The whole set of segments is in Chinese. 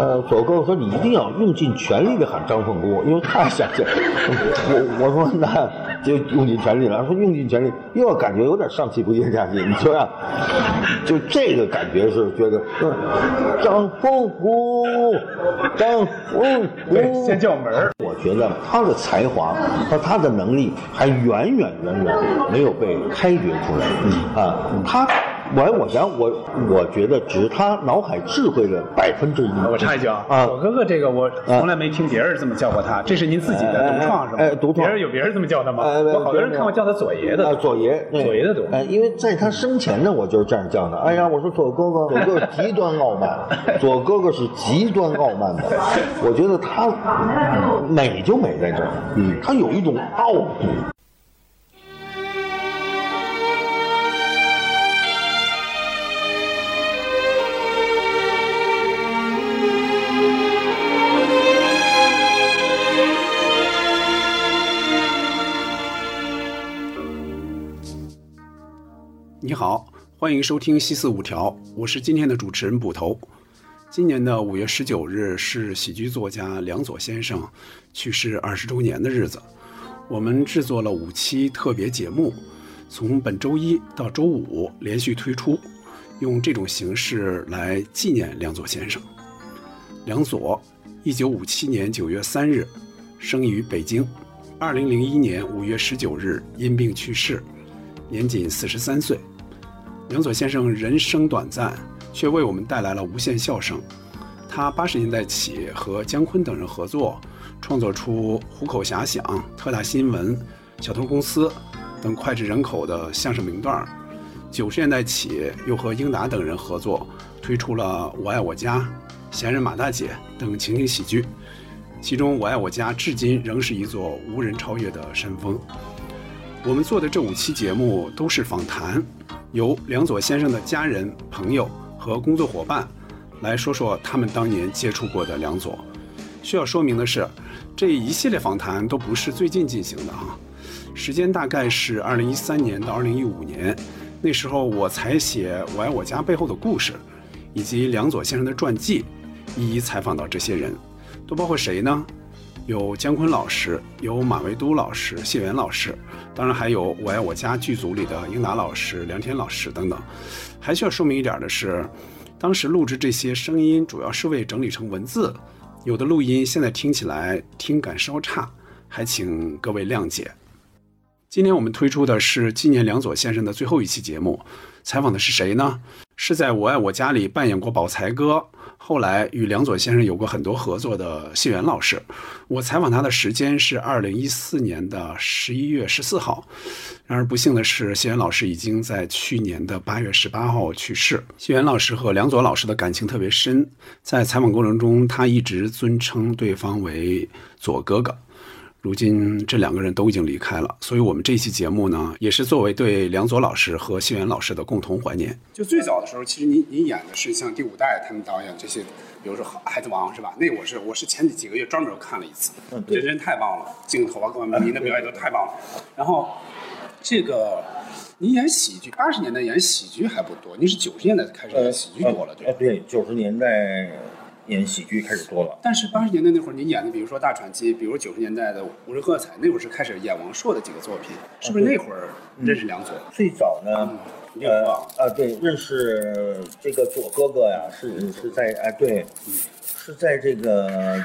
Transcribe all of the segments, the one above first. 呃，左哥说你一定要用尽全力的喊张凤姑，因为太吓人。我我说那就用尽全力了，说用尽全力，又感觉有点上气不接下气。你说呀、就这个感觉是觉得、嗯张凤姑，张凤对，姑，先叫门儿。我觉得他的才华和他的能力还远远远远没有被开掘出来。嗯啊，他，我我想我我觉得只是他脑海智慧的百分之一。我插一句啊，啊我哥哥这个我从来没听别人这么叫过他，这是您自己的独创是吗？哎哎哎独创别人有别人这么叫他吗？哎哎我好多人看我叫他左爷的啊，，左爷，对左爷的左哎，因为在他生前呢，我就是这样叫的。哎呀，我说左哥哥，左哥哥极端傲慢，左哥哥是极端傲慢的。我觉得他美就美在这儿，嗯，他有一种傲骨。你好，欢迎收听《西四五条》，我是今天的主持人捕头。今年的五月十九日是喜剧作家梁左先生去世二十周年的日子，我们制作了五期特别节目，从本周一到周五连续推出，用这种形式来纪念梁左先生。梁左，一九五七年九月三日生于北京，二零零一年五月十九日因病去世，年仅四十三岁。梁左先生人生短暂，却为我们带来了无限笑声。他八十年代起和姜昆等人合作，创作出《虎口遐想》《特大新闻》《小偷公司》等脍炙人口的相声名段儿。九十年代起又和英达等人合作，推出了《我爱我家》《闲人马大姐》等情景喜剧。其中，《我爱我家》至今仍是一座无人超越的山峰。我们做的这五期节目都是访谈，由梁左先生的家人、朋友和工作伙伴来说说他们当年接触过的梁左。需要说明的是，这一系列访谈都不是最近进行的啊，时间大概是二零一三年到二零一五年，那时候我才写《我爱我家》背后的故事，以及梁左先生的传记，一一采访到这些人，都包括谁呢？有姜昆老师，有马未都老师、谢元老师，当然还有《我爱我家》剧组里的英达老师、梁天老师等等。还需要说明一点的是，当时录制这些声音主要是为整理成文字，有的录音现在听起来听感稍差，还请各位谅解。今天我们推出的是纪念梁左先生的最后一期节目，采访的是谁呢？是在《我爱我家》里扮演过宝才哥，后来与梁左先生有过很多合作的谢元老师。我采访他的时间是二零一四年的十一月十四号，然而不幸的是，谢元老师已经在去年的八月十八号去世。谢元老师和梁左老师的感情特别深，在采访过程中，他一直尊称对方为左哥哥。如今这两个人都已经离开了，所以我们这期节目呢，也是作为对梁左老师和谢元老师的共同怀念。就最早的时候，其实您您演的是像第五代他们导演这些，比如说《孩子王》是吧？那我是我是前几个月专门看了一次，真真太棒了，镜头啊各方面您的表演都太棒了。然后这个您演喜剧，八十年代演喜剧还不多，您是九十年代开始演喜剧多了，对呃，？吧对，九十年代演喜剧开始多了。但是八十年代那会儿，您演的，比如说《大喘息》，比如九十年代的《无人喝彩》，那会儿是开始演王朔的几个作品，是不啊是那会儿嗯认识梁左？最早呢，嗯呃哇啊，对，认识这个左哥哥呀，是是在哎、对，嗯是在这个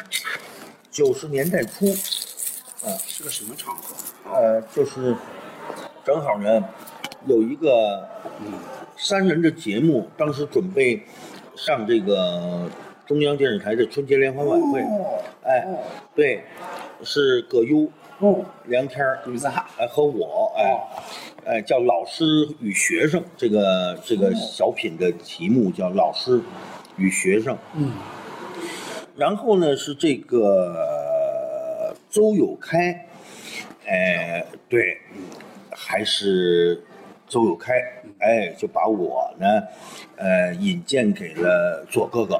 九十年代初，是个什么场合？呃，就是正好呢有一个嗯三人的节目，当时准备上这个中央电视台的春节联欢晚会，哦哎，对，是葛优、哦，梁天儿你们仨哎和我哎。哦，呃，叫《老师与学生》这个这个小品的题目叫《老师与学生》。嗯，然后呢是这个呃周有开，呃，对，还是周有开，嗯哎，就把我呢，呃，引荐给了左哥哥。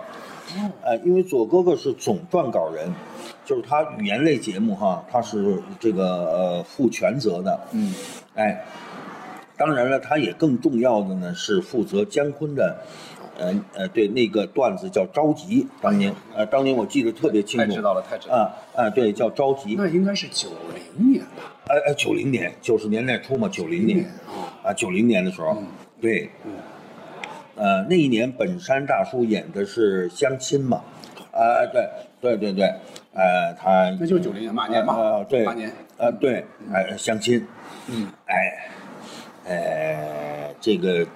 嗯呃，因为左哥哥是总撰稿人，就是他语言类节目哈，他是这个呃负全责的。嗯，哎，当然了，他也更重要的呢是负责姜昆的呃呃，对，那个段子叫着急，当年呃，当年我记得特别清楚，太知道了太知道了啊啊，对，叫着急，那应该是九零年吧？呃呃，九零年，九十年代初嘛，九零年，啊，嗯九零年的时候，对，呃，那一年本山大叔演的是相亲嘛，啊，对对对对，呃，他那就是九零年马年嘛？啊，对，马年。啊，对，哎，相亲，嗯，哎，哎，这个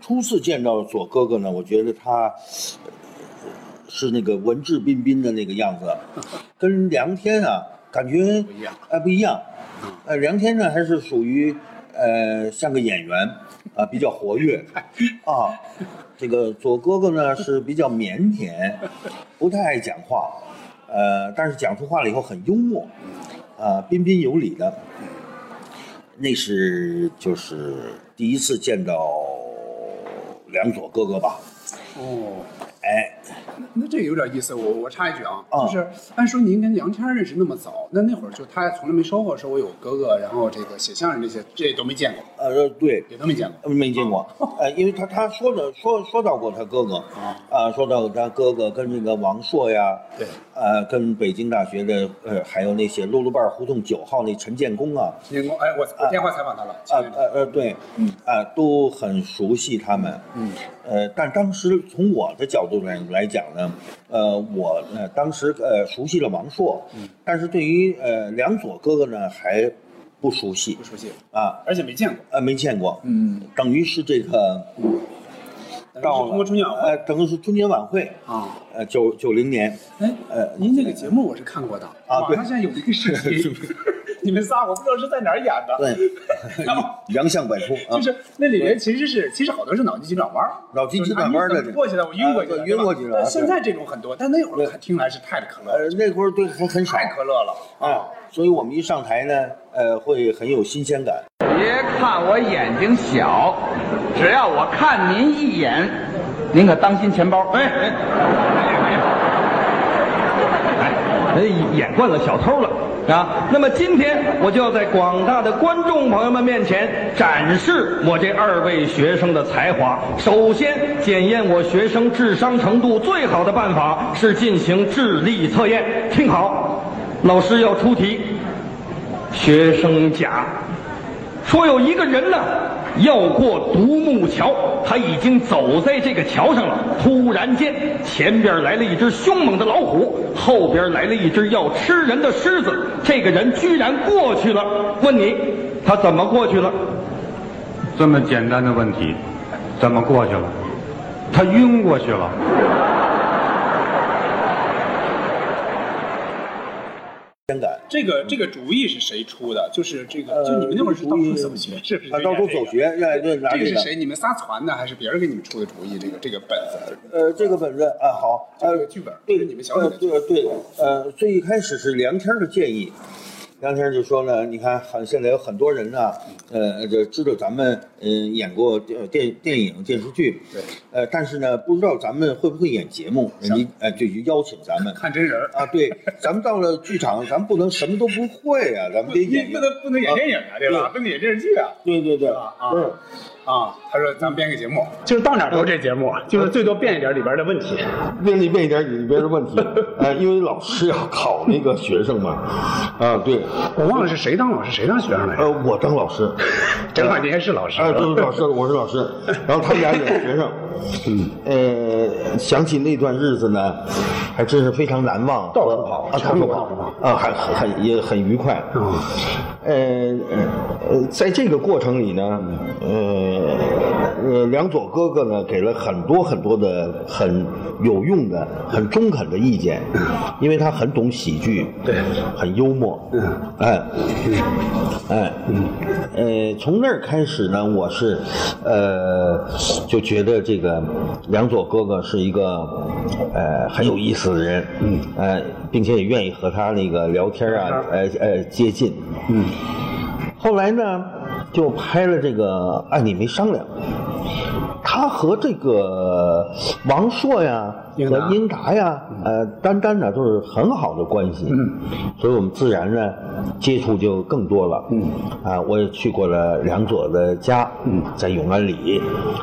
初次见到左哥哥呢，我觉得他呃是那个文质彬彬的那个样子，跟梁天啊感觉不一样，哎，不一样，呃，梁天呢还是属于呃像个演员啊，比较活跃啊，这个左哥哥呢是比较腼腆，不太爱讲话，呃，但是讲出话来以后很幽默，啊，彬彬有礼的。那是就是第一次见到梁左哥哥吧？哦，哎，那这有点意思。我我插一句啊，啊就是按说您跟杨天儿认识那么早，那那会儿就他从来没说过说我有哥哥，然后这个写相声这些，这都没见过，呃，对，也都没见过。没见过，呃，因为他他说的说说到过他哥哦哥，啊，说到他哥哥跟那个王朔呀，对，呃，跟北京大学的呃，还有那些路路伴胡同九号那陈建功啊，您给我哎，我我电话采访他了。啊前两天呃呃，对，嗯，啊，都很熟悉他们，嗯，呃，但当时从我的角度来来讲呢，呃，我呢当时呃熟悉了王朔，嗯，但是对于呃梁左哥哥呢还不熟悉不熟悉，啊，而且没见过。呃没见过，嗯，等于是这个到中国了春节晚会呃，等于是春节晚会，啊。呃九九零 年，哎，呃您这个节目我是看过的啊网对上现在有一个视 频，你们仨我不知道是在哪儿演的。对，洋相百出啊就，是那里面其实是，其实好多是脑筋急转弯儿，脑筋急转弯儿的就是啊你怎么过去的，我晕过去啊的，对晕过去对了吧但对现在这种很多，但那会儿看听来是太可乐了，呃那会儿对很很少太可乐了。哎啊，所以我们一上台呢，呃会很有新鲜感。别看我眼睛小，只要我看您一眼，您可当心钱包。哎，哎，演惯了小偷了啊。那么今天我就要在广大的观众朋友们面前展示我这二位学生的才华。首先，检验我学生智商程度最好的办法是进行智力测验。听好，老师要出题，学生甲。说有一个人呢要过独木桥，他已经走在这个桥上了。突然间，前边来了一只凶猛的老虎，后边来了一只要吃人的狮子。这个人居然过去了。问你，他怎么过去了？这么简单的问题，怎么过去了？他晕过去了。这个这个主意是谁出的？就是这个，呃就你们那会儿是到处主意走学，是不是？啊，到处走。学，哎，对，拿这个这是个。谁？你们仨传的，还是别人给你们出的主意？这个这个本子，呃，这个本子啊，好，这个呃，剧本对，是你们小呃姐对对，呃，最一开始是梁天儿的建议，梁天儿就说呢，你看，很现在有很多人啊，呃，这知道咱们嗯、演过电电电影、电视剧，对，呃，但是呢，不知道咱们会不会演节目，人家呃就邀请咱们。看真人儿，啊，对，咱们到了剧场，咱们不能什么都不会啊，咱们得演你员。不能不能演电影啊，对吧？不能演电视剧啊。对对对，吧啊嗯，啊，他说咱们编个节目，就是到哪儿都这节目，就是最多变一点里边的问题。便利便一点里边的问题，呃，因为老师要考那个学生嘛，啊，对，我忘了是谁当老师，谁当学生来着？呃，我当老师，正好您还是老师。呃啊，都是老师，我是老 师，然后他们俩演学生，嗯呃，想起那段日子呢，还真是非常难忘，到处跑啊，到处跑全国，啊，还很也很愉快，呃呃，在这个过程里呢，呃呃，梁左哥哥呢给了很多很多的很有用的、很中肯的意见，因为他很懂喜剧，嗯对，很幽默，嗯，哎，哎，呃，从那儿开始呢，我是，呃，就觉得这个梁左哥哥是一个，呃，很有意思的人，嗯，呃，并且也愿意和他那个聊天啊，呃呃，接近，嗯。后来呢，就拍了这个《啊爱你没商量》，他和这个王朔呀，英达嗯和英达呀，呃，丹丹呢都是很好的关系，嗯，所以我们自然呢接触就更多了，嗯，啊，我也去过了梁左的家，嗯，在永安里，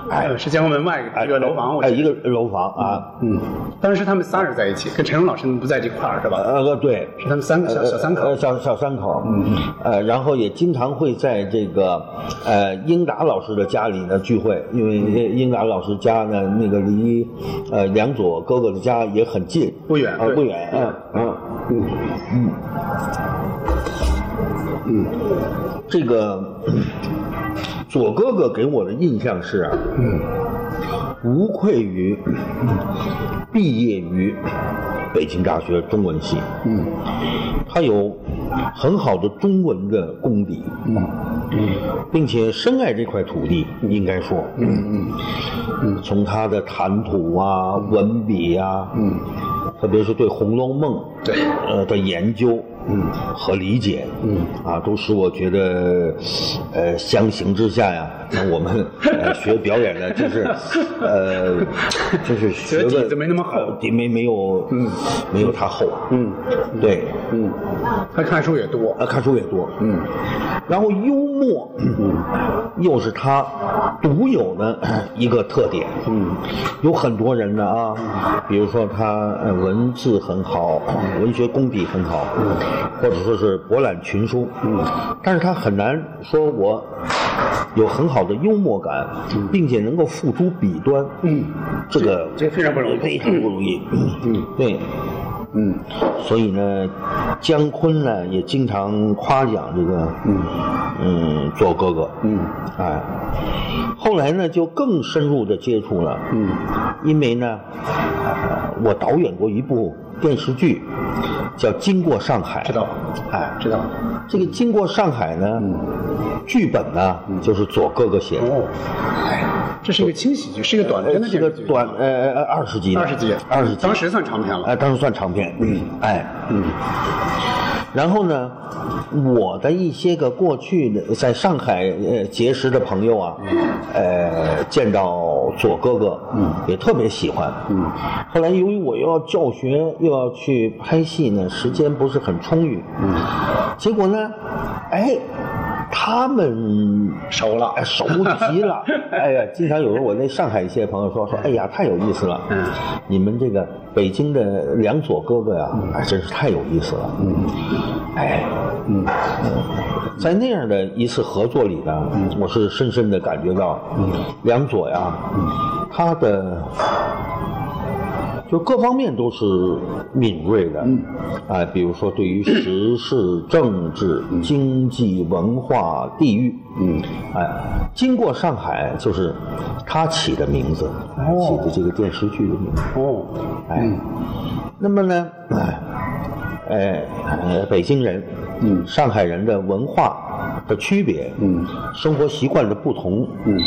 哎，呃是江门外一个楼房，我哎，记得一个楼房啊，哦嗯，呃当时他们仨人在一起，跟陈荣老师不在这块儿是吧？呃，对，是他们三个小小三口呃，小小三口，嗯，呃，然后也经常会在这个呃英达老师的家里呢聚会，因为呃嗯英达老师家呢那个离呃梁左哥哥的家也很近，不远啊对不远，嗯嗯嗯嗯嗯，这个左哥哥给我的印象是啊，无愧于毕业于北京大学中文系。嗯，他有很好的中文的功底。嗯并且深爱这块土地，应该说。嗯嗯，从他的谈吐啊、文笔啊，嗯，特别是对《红楼梦》对呃的研究。嗯，和理解，嗯，啊，都使我觉得，呃，相形之下呀，那我 们、呃、学表演的，就是，呃，就是学底的子没那么厚底没没有，嗯，没有他厚，嗯，对，嗯，他看书也多，啊，看书也多，嗯，然后幽默，嗯，又是他独有的 一个特点，嗯，有很多人呢啊，比如说他呃文字很好，嗯文学功底很好，嗯，或者说是博览群书，嗯，但是他很难说我有很好的幽默感，并且能够付诸笔端，嗯，这个嗯这个非常不容易非常不容易，嗯，对。嗯，所以呢，姜昆呢也经常夸奖这个，嗯嗯，左哥哥，嗯，哎，后来呢就更深入的接触了，嗯，因为呢，呃我导演过一部电视剧，叫《经过上海》，知道，哎，知道。嗯这个《经过上海》呢，剧本呢就是左哥哥写的，哦，哎，这是一个轻喜剧，是一个短片的是电个视剧，短呃呃呃二十集的，二十集，二十集，当时算长篇了。哎，当时算长篇。嗯，哎，嗯。然后呢，我的一些个过去的在上海呃结识的朋友啊，呃，见到左哥哥，嗯，也特别喜欢，嗯。后来由于我又要教学，又要去拍戏呢，时间不是很充裕，嗯。结果呢，哎，他们熟了哎熟极 了，哎呀，经常有时候我那上海一些朋友说说，哎呀，太有意思了，嗯，你们这个北京的梁左哥哥呀，哎，真是太有意思了，嗯，哎，嗯，在那样的一次合作里呢，我是深深的感觉到，梁左呀，他的。就各方面都是敏锐的，嗯，啊，比如说对于时事、政治、经济、文化、地域，嗯，哎，经过上海就是他起的名字，哎起的这个电视剧的名字，哦，哎，那么呢，哎，哎，呃北京人，嗯，上海人的文化的区别，嗯，生活习惯的不同，嗯，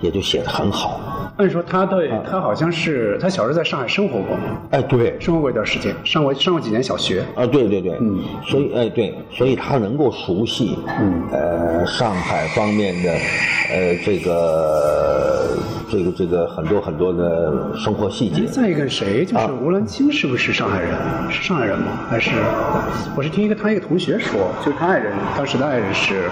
也就写得很好，按说他对嗯他好像是他小时候在上海生活过，哎，对，生活过一段时间，上过上过几年小学。啊，对对对，嗯，所以哎对，所以他能够熟悉，嗯，呃，上海方面的，呃，这个这个这个很多很多的生活细节哎，再一个谁啊就是吴兰青，是不是上海人？是上海人吗？还是我是听一个他一个同学说，就是他爱人，当时的爱人是，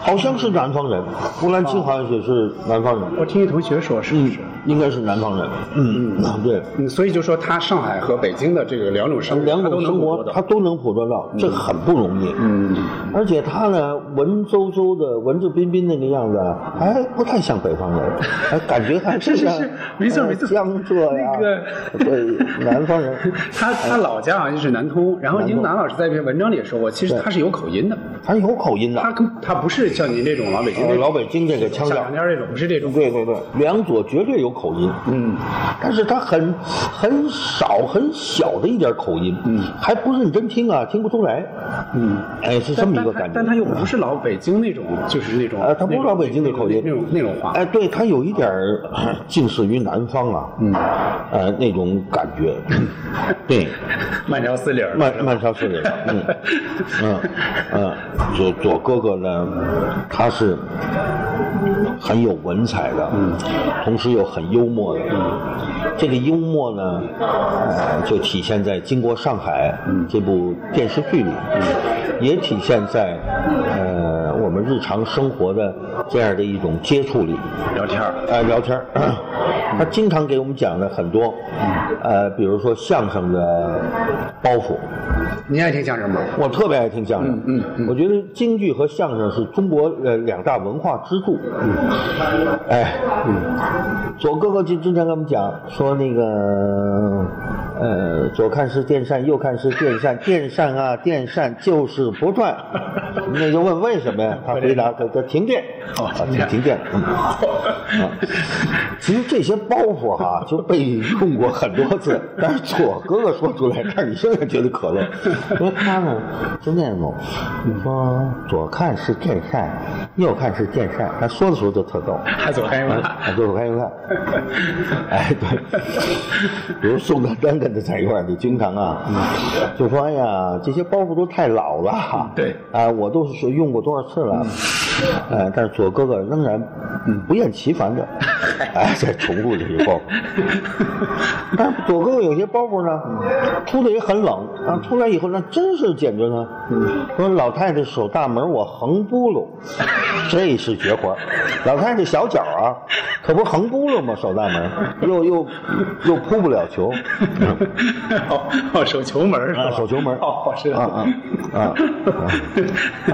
好像是南方人，乌兰青好像也是南方我人，听一同学说是不嗯是？，应该是南方人，嗯嗯，对。嗯，所以就说他上海和北京的这个两种生活，两他都种能生活活的他都能捕捉到，嗯这很不容易。嗯，而且他呢，文绉绉的、文质彬彬那个样子啊，还不太像北方人， 还感觉还是是像是没错呃没错江浙呀那个， 对，南方 人，他哎他老家好像是南通，然后英达老师在一篇文章里也说过，其实他是有口音的，他有口音的，他跟他不是像您这种老北京呃这老种北京这个腔小调长。江这种，不是这种。对对对，梁左绝对有口音，嗯，但是他很很少很小的一点口音，嗯，还不认真听啊，听不出来，嗯，哎，是这但么一但个他感觉。但他又不是老北京那种，就是那种啊他不是那种老北京的口音那种那种话。哎，对，他有一点儿呃近似于南方啊，嗯，呃，那种感觉， 对，慢条斯理儿，慢慢烧是这样， 嗯，嗯，嗯，左左哥哥呢，他是很有文采的，嗯，同时又很幽默的，这个幽默呢，呃，就体现在《经过上海》这部电视剧里，也体现在呃我们日常生活的这样的一种接触里。聊天儿呃聊天儿， 他经常给我们讲的很多，呃，比如说相声的包袱，您爱听相声吗？我特别爱听相声，嗯我觉得京剧和相声是中国呃两大文化支柱，嗯，哎，嗯，左哥哥就经常跟我们讲说那个，呃，左看是电扇，右看是电扇，电扇啊电扇就是不 转，那就问为什么呀？他回答他他停电，哦啊停电停电，嗯，啊，其实这些包袱哈、就被用过很多次，但是左哥哥说出来，让你现在觉得可乐，因为他呢是那种，你说左看是电扇，右看是电扇，他说的时候就特逗，还左看右看啊，左手看右看，哎对，比如宋丹丹跟他在一块儿，你经常啊，就说哎呀这些包袱都太老了，对啊，我都是说用过多少次了，呃，但是左哥哥仍然不厌其烦的，哎，在重复这些包袱。 但是左哥哥有些包袱呢，出的也很冷，啊，出来以后那真是简直呢，说老太太手大门我横轱辘，这是绝活儿老太太小脚啊，可不横轱辘吗？手大门又又又扑不了球， 哦哦，手球门儿是吧啊，手球门哦，是啊啊啊 啊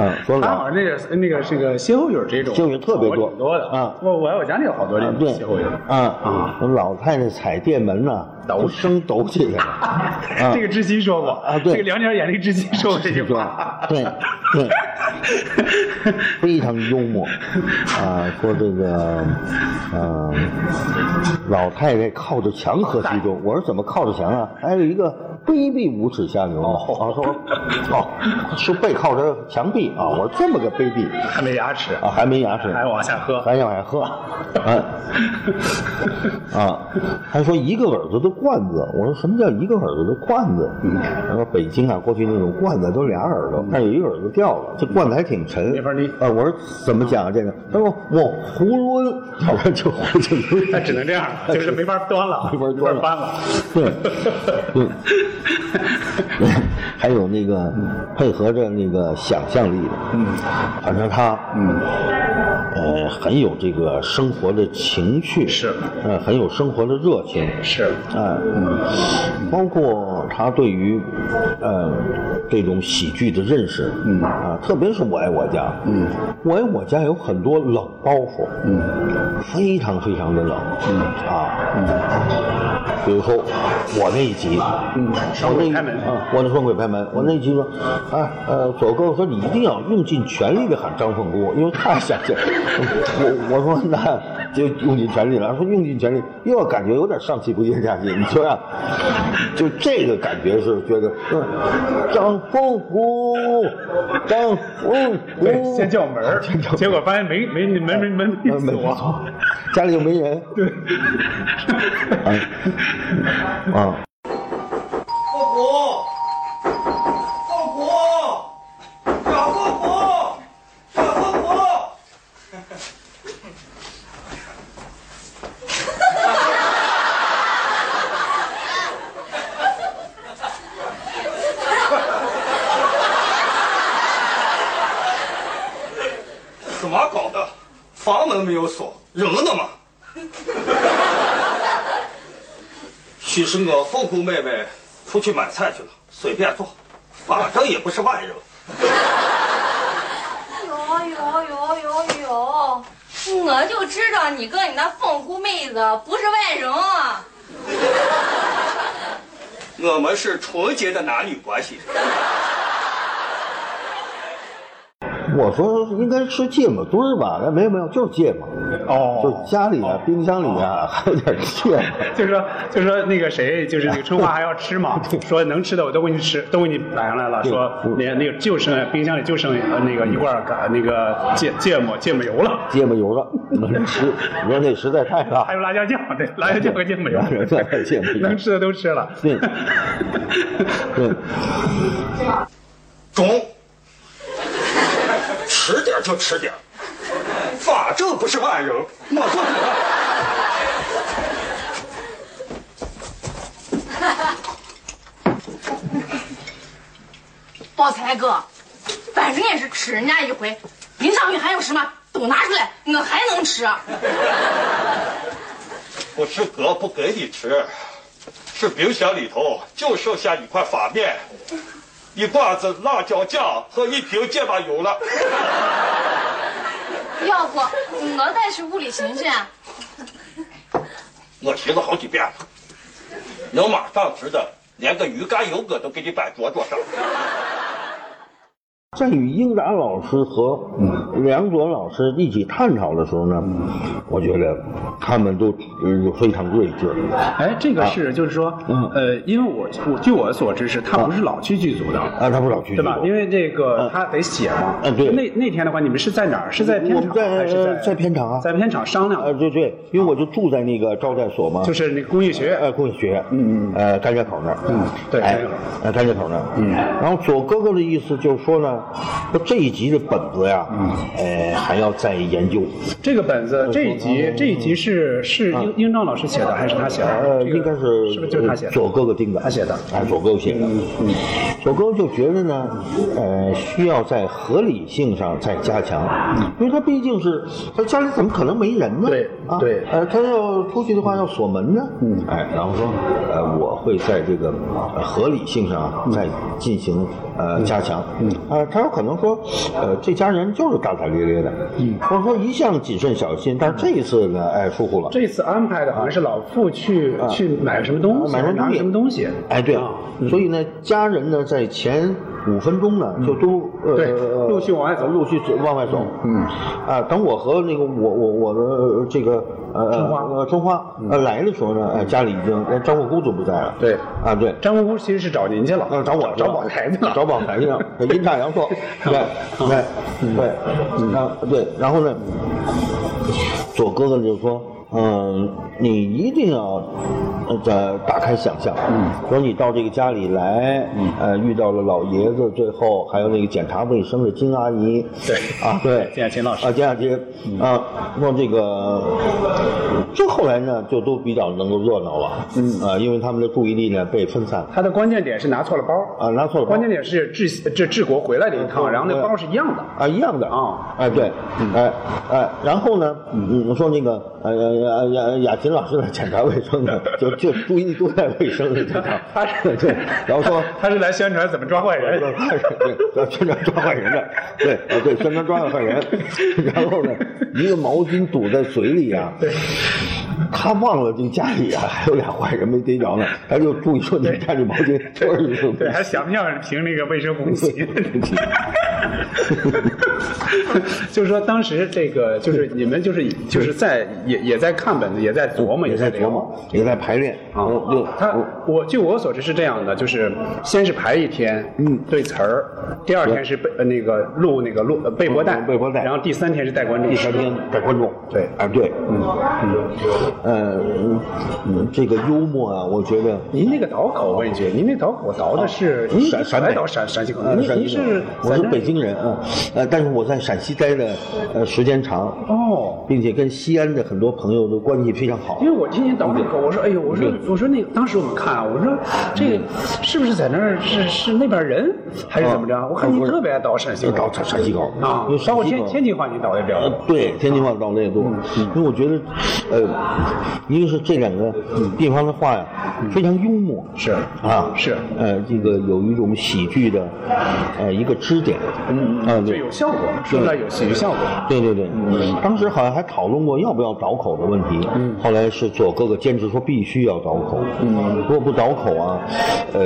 啊，说他好老像那个那个这个歇后语儿这种，歇后语儿特别多我挺多的啊我我我家里有好多这啊种对歇后语儿。啊啊，老太太踩电门呐，都声抖起 来了。啊这个知心说过啊对这个梁家眼那个知心说过这句对话，对对，非常幽默啊！说这个，呃，老太太靠着墙喝稀粥，我说怎么靠着墙啊？还有一个卑鄙无耻下流呢啊！说哦，是背靠着墙壁啊！我说这么个卑鄙还没牙齿，啊，还没牙齿，还往下喝，还要还喝，啊 啊，还说一个耳朵的罐子，我说什么叫一个耳朵的罐子？嗯他说北京啊，过去那种罐子都俩耳朵，但有一个耳朵掉了，这罐子还挺沉，没法拎啊，我说怎么讲啊这个？他说我囫囵， 我说就囫就那只能这样了，就是没法端了，没法端了没法搬了。 对，对，还有那个配合着那个想象力的，嗯，反正他，嗯，呃，很有这个生活的情趣，是，呃，很有生活的热情，是，啊，嗯，包括他对于，呃，这种喜剧的认识，嗯啊，特别是我爱我家，嗯，我爱我家有很多冷包袱，嗯，非常非常的冷，嗯啊，比如说我那一集，嗯，我那一双轨拍门啊，我那双鬼拍门，我那一集说，啊呃，左哥说你一定要用尽全力的喊张凤姑，因为他想 去，我我说那就用尽全力了，说用尽全力，又感觉有点上气不接下气，你说呀、就这个感觉是觉得，嗯，张凤姑，张凤对，姑，先叫门儿啊 先叫门，儿结果发现没没门没门没呃死没我。家里又没人，对，啊。富婆，富婆，小富婆，小富婆。怎么搞的？房门没有锁，人呢吗？许是我凤姑妹妹出去买菜去了，随便坐，反正也不是外人。有有有有有，我就知道你跟你那风姑妹子不是外人啊！我们是纯洁的男女关系。我说应该吃芥末墩儿吧？哎，没有没有，就是芥末，哦就是家里啊，冰箱里啊，还有点芥 末。就说就说那个谁，就是那个春华还要吃 嘛，说能吃的我都给你吃，都给你摆上来了。对说嗯那个那个就剩冰箱里就剩呃那个一罐儿嘎那个芥芥末芥末油了，芥末油了，能吃。你说那实在太辣还，有辣椒酱，对，辣椒酱和芥末 油，辣椒酱和芥末油能吃的都吃了。 对对，中，吃点就吃点，反正不是外人，我做主了。宝财哥，反正也是吃人家一回，冰箱里还有什么都拿出来，我还能吃。啊不是哥不给你吃，是冰箱里头就剩下一块发面、一罐子辣椒酱和一瓶芥末油了。要不我再去啊屋里寻寻？我寻思好几遍了，能马上吃的，连个鱼肝油我都给你摆桌桌上。在与英达老师和梁左老师一起探讨的时候呢，我觉得他们都呃非常睿智。哎，这个是就是说嗯，呃，因为我我据我所知是，他不是老区剧组的，啊，他不老去对吧？因为为这个他得写嘛。嗯对那那天的话，你们是在哪儿？是在片我场们还是在在片场啊，在片场商量呃的？对对，因为我就住在那个招待所嘛，就是那工艺学院。呃，工业学院，嗯嗯，呃，甘家口那儿，嗯对哎甘家口，呃，甘家口那儿，嗯，然后左哥哥的意思就是说呢，说这一集的本子呀，嗯，呃，还要再研究，这个本嗯子这一集这一集是是英英章老师写的还是他写的？呃，这个应该是是不是就是他写的？左哥哥定的，他写的哎，左哥哥写的，嗯，左哥哥就觉得呢，呃，需要在合理性上再加强，因为他毕竟是他家里怎么可能没人呢？嗯对啊，对呃，他要出去的话要锁门呢，嗯，哎，然后说，呃，我会在这个呃合理性上嗯啊再进行呃加强，嗯，啊，他有可能说，呃，这家人就是大大咧咧的，嗯，或者说一向谨慎小心，嗯但是这一次呢，哎，疏忽了。这次安排的好像是老傅去去买什么东西，啊买什么拿东西什么东西？哎，对啊，所以呢，家人呢在前五分钟呢就都呃嗯对陆续往外走陆续走往外走，嗯，啊，等我和那个我我我的呃这个呃春花嗯呃春花呃来的时候呢，哎，家里已经连张护姑都不在了，对啊对。张无姑其实是找您去了，呃，找我找宝台去了，找宝台去 了，阴差阳错，对对嗯对，啊对，然后呢，左哥哥就说，嗯，你一定要呃打开想象，嗯，说你到这个家里来，嗯，呃，遇到了老爷子，最后还有那个检查卫生的金阿姨，对，啊对， 金雅琴老师嗯啊金雅琴，啊，那这个这后来呢，就都比较能够热闹了，嗯啊，因为他们的注意力呢被分散。他的关键点是拿错了包啊拿错了包关键点是治这治国回来的一嗯趟，然后那包是一样的。啊，一样的啊哎对，哎哎，然后呢，嗯，我说那个呃呃雅雅琴老师来检查卫生 的，就就注意都在卫生的这上，他是对，然后说。他是来宣传怎么抓坏人。对，宣传抓坏人的，对，啊对，宣传抓坏 人，然后呢，一个毛巾堵在嘴里啊，他忘了这个家里啊还有俩坏人没逮着呢，他就注意说你看这毛巾多少用，对，还想不想评那个卫生红旗？ 就是说，当时这个就是你们就是就是在也也在看本子，也在琢磨，也在琢磨，嗯也在排练啊我就他我我据我所知是这样的，就是先是排一天，嗯对词儿，第二天是背呃那个录那个录呃背播带，嗯背播带然后第三天是带观众，第三天带观众，对哎对，嗯嗯，呃，嗯这个幽默啊，我觉得您那个倒口，我问一句，您那倒口倒的是您哦陕陕来北倒陕陕西口，呃您陕您西人是我是在哪北京人啊，呃，但是我在陕西待的呃时间长，哦。并且跟西安的很多朋友的关系非常好因，为我听您哦倒那口，我说，哎呦，我嗯说，我说那个，当时我们看啊，我说这个是不是在那儿是是那边人还哦是怎么着？我看您特别爱倒陕西哎就口到陕陕西口啊因为，陕包括西天口天津话您倒的比较呃多，，对，天津话到那也多，嗯因为我觉得，呃，一个是这两个地方的话呀，非常幽默，嗯是啊，是呃，这个有一种喜剧的，呃，一个支点，嗯啊，就对有。效果，说出来有喜剧效果。对对对，嗯当时好像还讨论过要不要倒口的问题，后来是左哥哥坚持说必须要倒口，嗯如果不倒口啊，呃，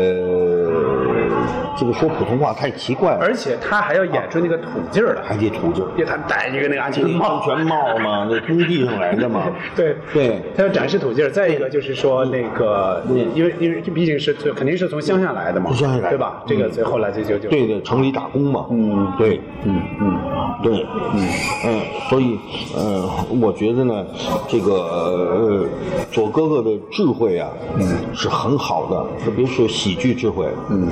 这个说普通话太奇怪了，而且他还要演出那个土劲儿还来，得土劲儿，因为他戴一个那个安全帽安。全帽嘛，那工地上来的嘛， 对对他要展示土劲儿。再一个就是嗯说那个，因为因为这毕竟是肯定是从乡下来的嘛，从乡下来嗯对吧？这个最后来这就就对对，城里打工嘛，嗯，对，嗯嗯，对，嗯嗯，所以呃，我觉得呢，这个呃，左哥哥的智慧啊，嗯，是很好的，特别是喜剧智慧，嗯，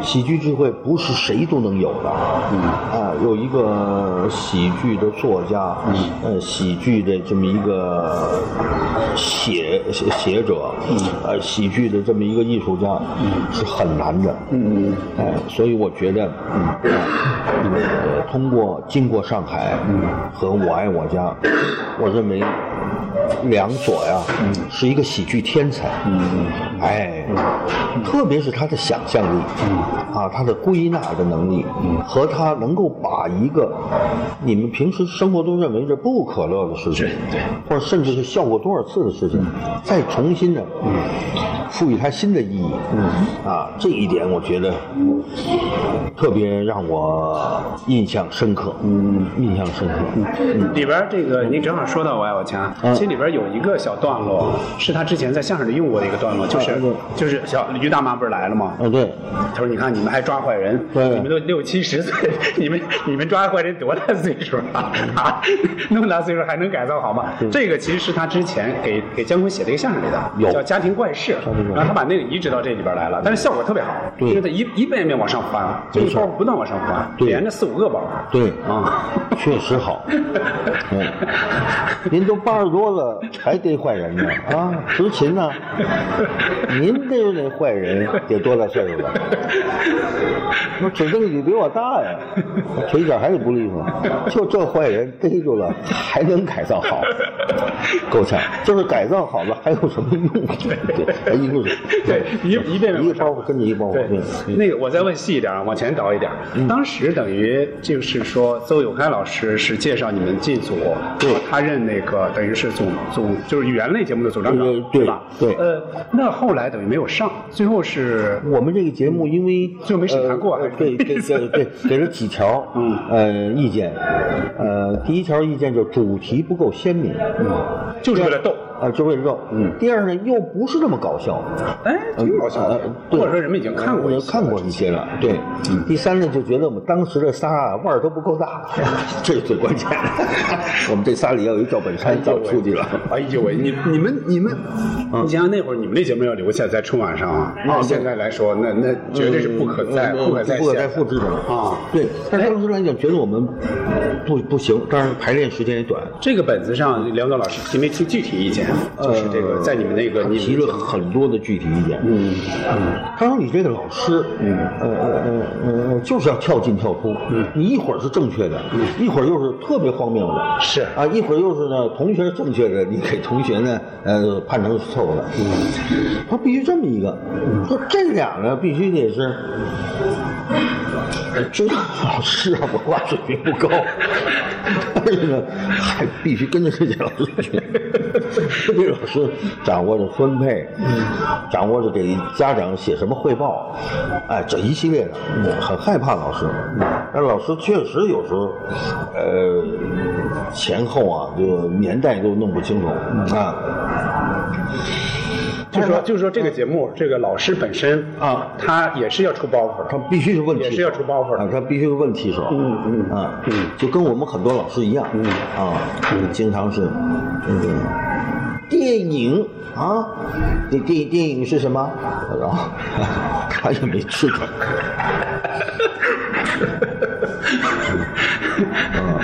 喜喜剧智慧不是谁都能有的，嗯啊，有一个喜剧的作家，嗯，呃，喜剧的这么一个写写写者，嗯，呃，喜剧的这么一个艺术家，嗯，是很难的，嗯嗯，哎，所以我觉得，嗯，呃通过经过上海，嗯，和我爱我家，我认为。梁左呀，是一个喜剧天才，哎，特别是他的想象力，啊，他的归纳的能力，和他能够把一个你们平时生活中认为是不可乐的事情，或者甚至是笑过多少次的事情，再重新的赋予它新的意义，啊，这一点我觉得特别让我印象深刻，印象深刻，里边这个嗯您正好说到我爱我家，其实里边有一个小段落是他之前在相声里用过的一个段落，就是嗯就是小于大妈不是来了吗？啊，对。他说：“你看，你们还抓坏人，对你们都六七十岁， 你们你们抓坏人多大岁数啊？ 啊，那么大岁数还能改造好吗？嗯这个其实是他之前给给姜昆写的一个相声里有的，叫《家庭怪事》，然后他把那个移植到这里边来了，但是效果特别好，对就是他一一遍一遍往上翻，这没一错包不断往上翻，对连着四五个包。对啊，确实 好。嗯，您都八十多了，还逮坏人呢啊？执勤呢？您逮着那坏人得多大岁数了？我指定你比我大呀，腿脚还得不利索。就这坏人逮住了，还能改造好？够呛，就是改造好了，还有什么用？ 对，还一路对，一一遍遍一往个上包袱跟着一个包袱，对哦对，嗯那个我再问细一点，啊，往前倒一点。当时等于就是说，邹永开老师是介绍你们进组，对，他任那个等于是总总就是语言类节目的总站长对，对吧？对呃，那后来等于没有上，最后是我们这个节目因为嗯就没审查过啊呃对对 对对，给了几条，嗯，呃，意见，呃，第一条意见就是主题不够鲜明，嗯，就是为了逗，啊，就为了肉，嗯。第二呢，又不是那么搞笑，哎，挺搞笑的呃，对或者说人们已经看过一嗯呃次了看过一些了，对。第三呢，就觉得我们当时的仨啊腕儿都不够大， 这是最关 键的。我们这仨里要有一赵本山早出去了。哎呦喂，你你们你们，嗯你想想那会儿你们那节目要留下在春晚上啊，按现在来说，那那绝对是不可再哦嗯嗯嗯不可再不可现再复制的了啊。对，但是当时来讲，觉得我们不不行，当然排练时间也短，这个本子上，梁左老师提没提具体意见？啊就是这个，呃在你们那个，他你提了很多的具体意见。嗯嗯，他说你这个老师，嗯呃呃呃呃，就是要跳进跳出，嗯，你一会儿是正确的，一会儿又是特别荒谬的，嗯是啊，一会儿又是呢同学正确的，你给同学呢呃判成是错误的，嗯，他必须这么一个，嗯说这俩呢必须得是。知道老师啊，文化水平不高， 但是呢，还必须跟着这些老师学。这些老师掌握着分配，掌握着给家长写什么汇报，哎，这一系列的，嗯很害怕老师。但老师确实有时候，呃，前后啊，这个年代都弄不清楚啊。就是说，就是说这个节目，这个老师本身啊他也是要出包袱他的。必须是问题手，也是要出包袱的啊，他必须是问题手，嗯嗯啊，就跟我们很多老师一样，嗯啊，经常是，嗯，电影啊，电电电影是什么？然后 他也没吃准，嗯，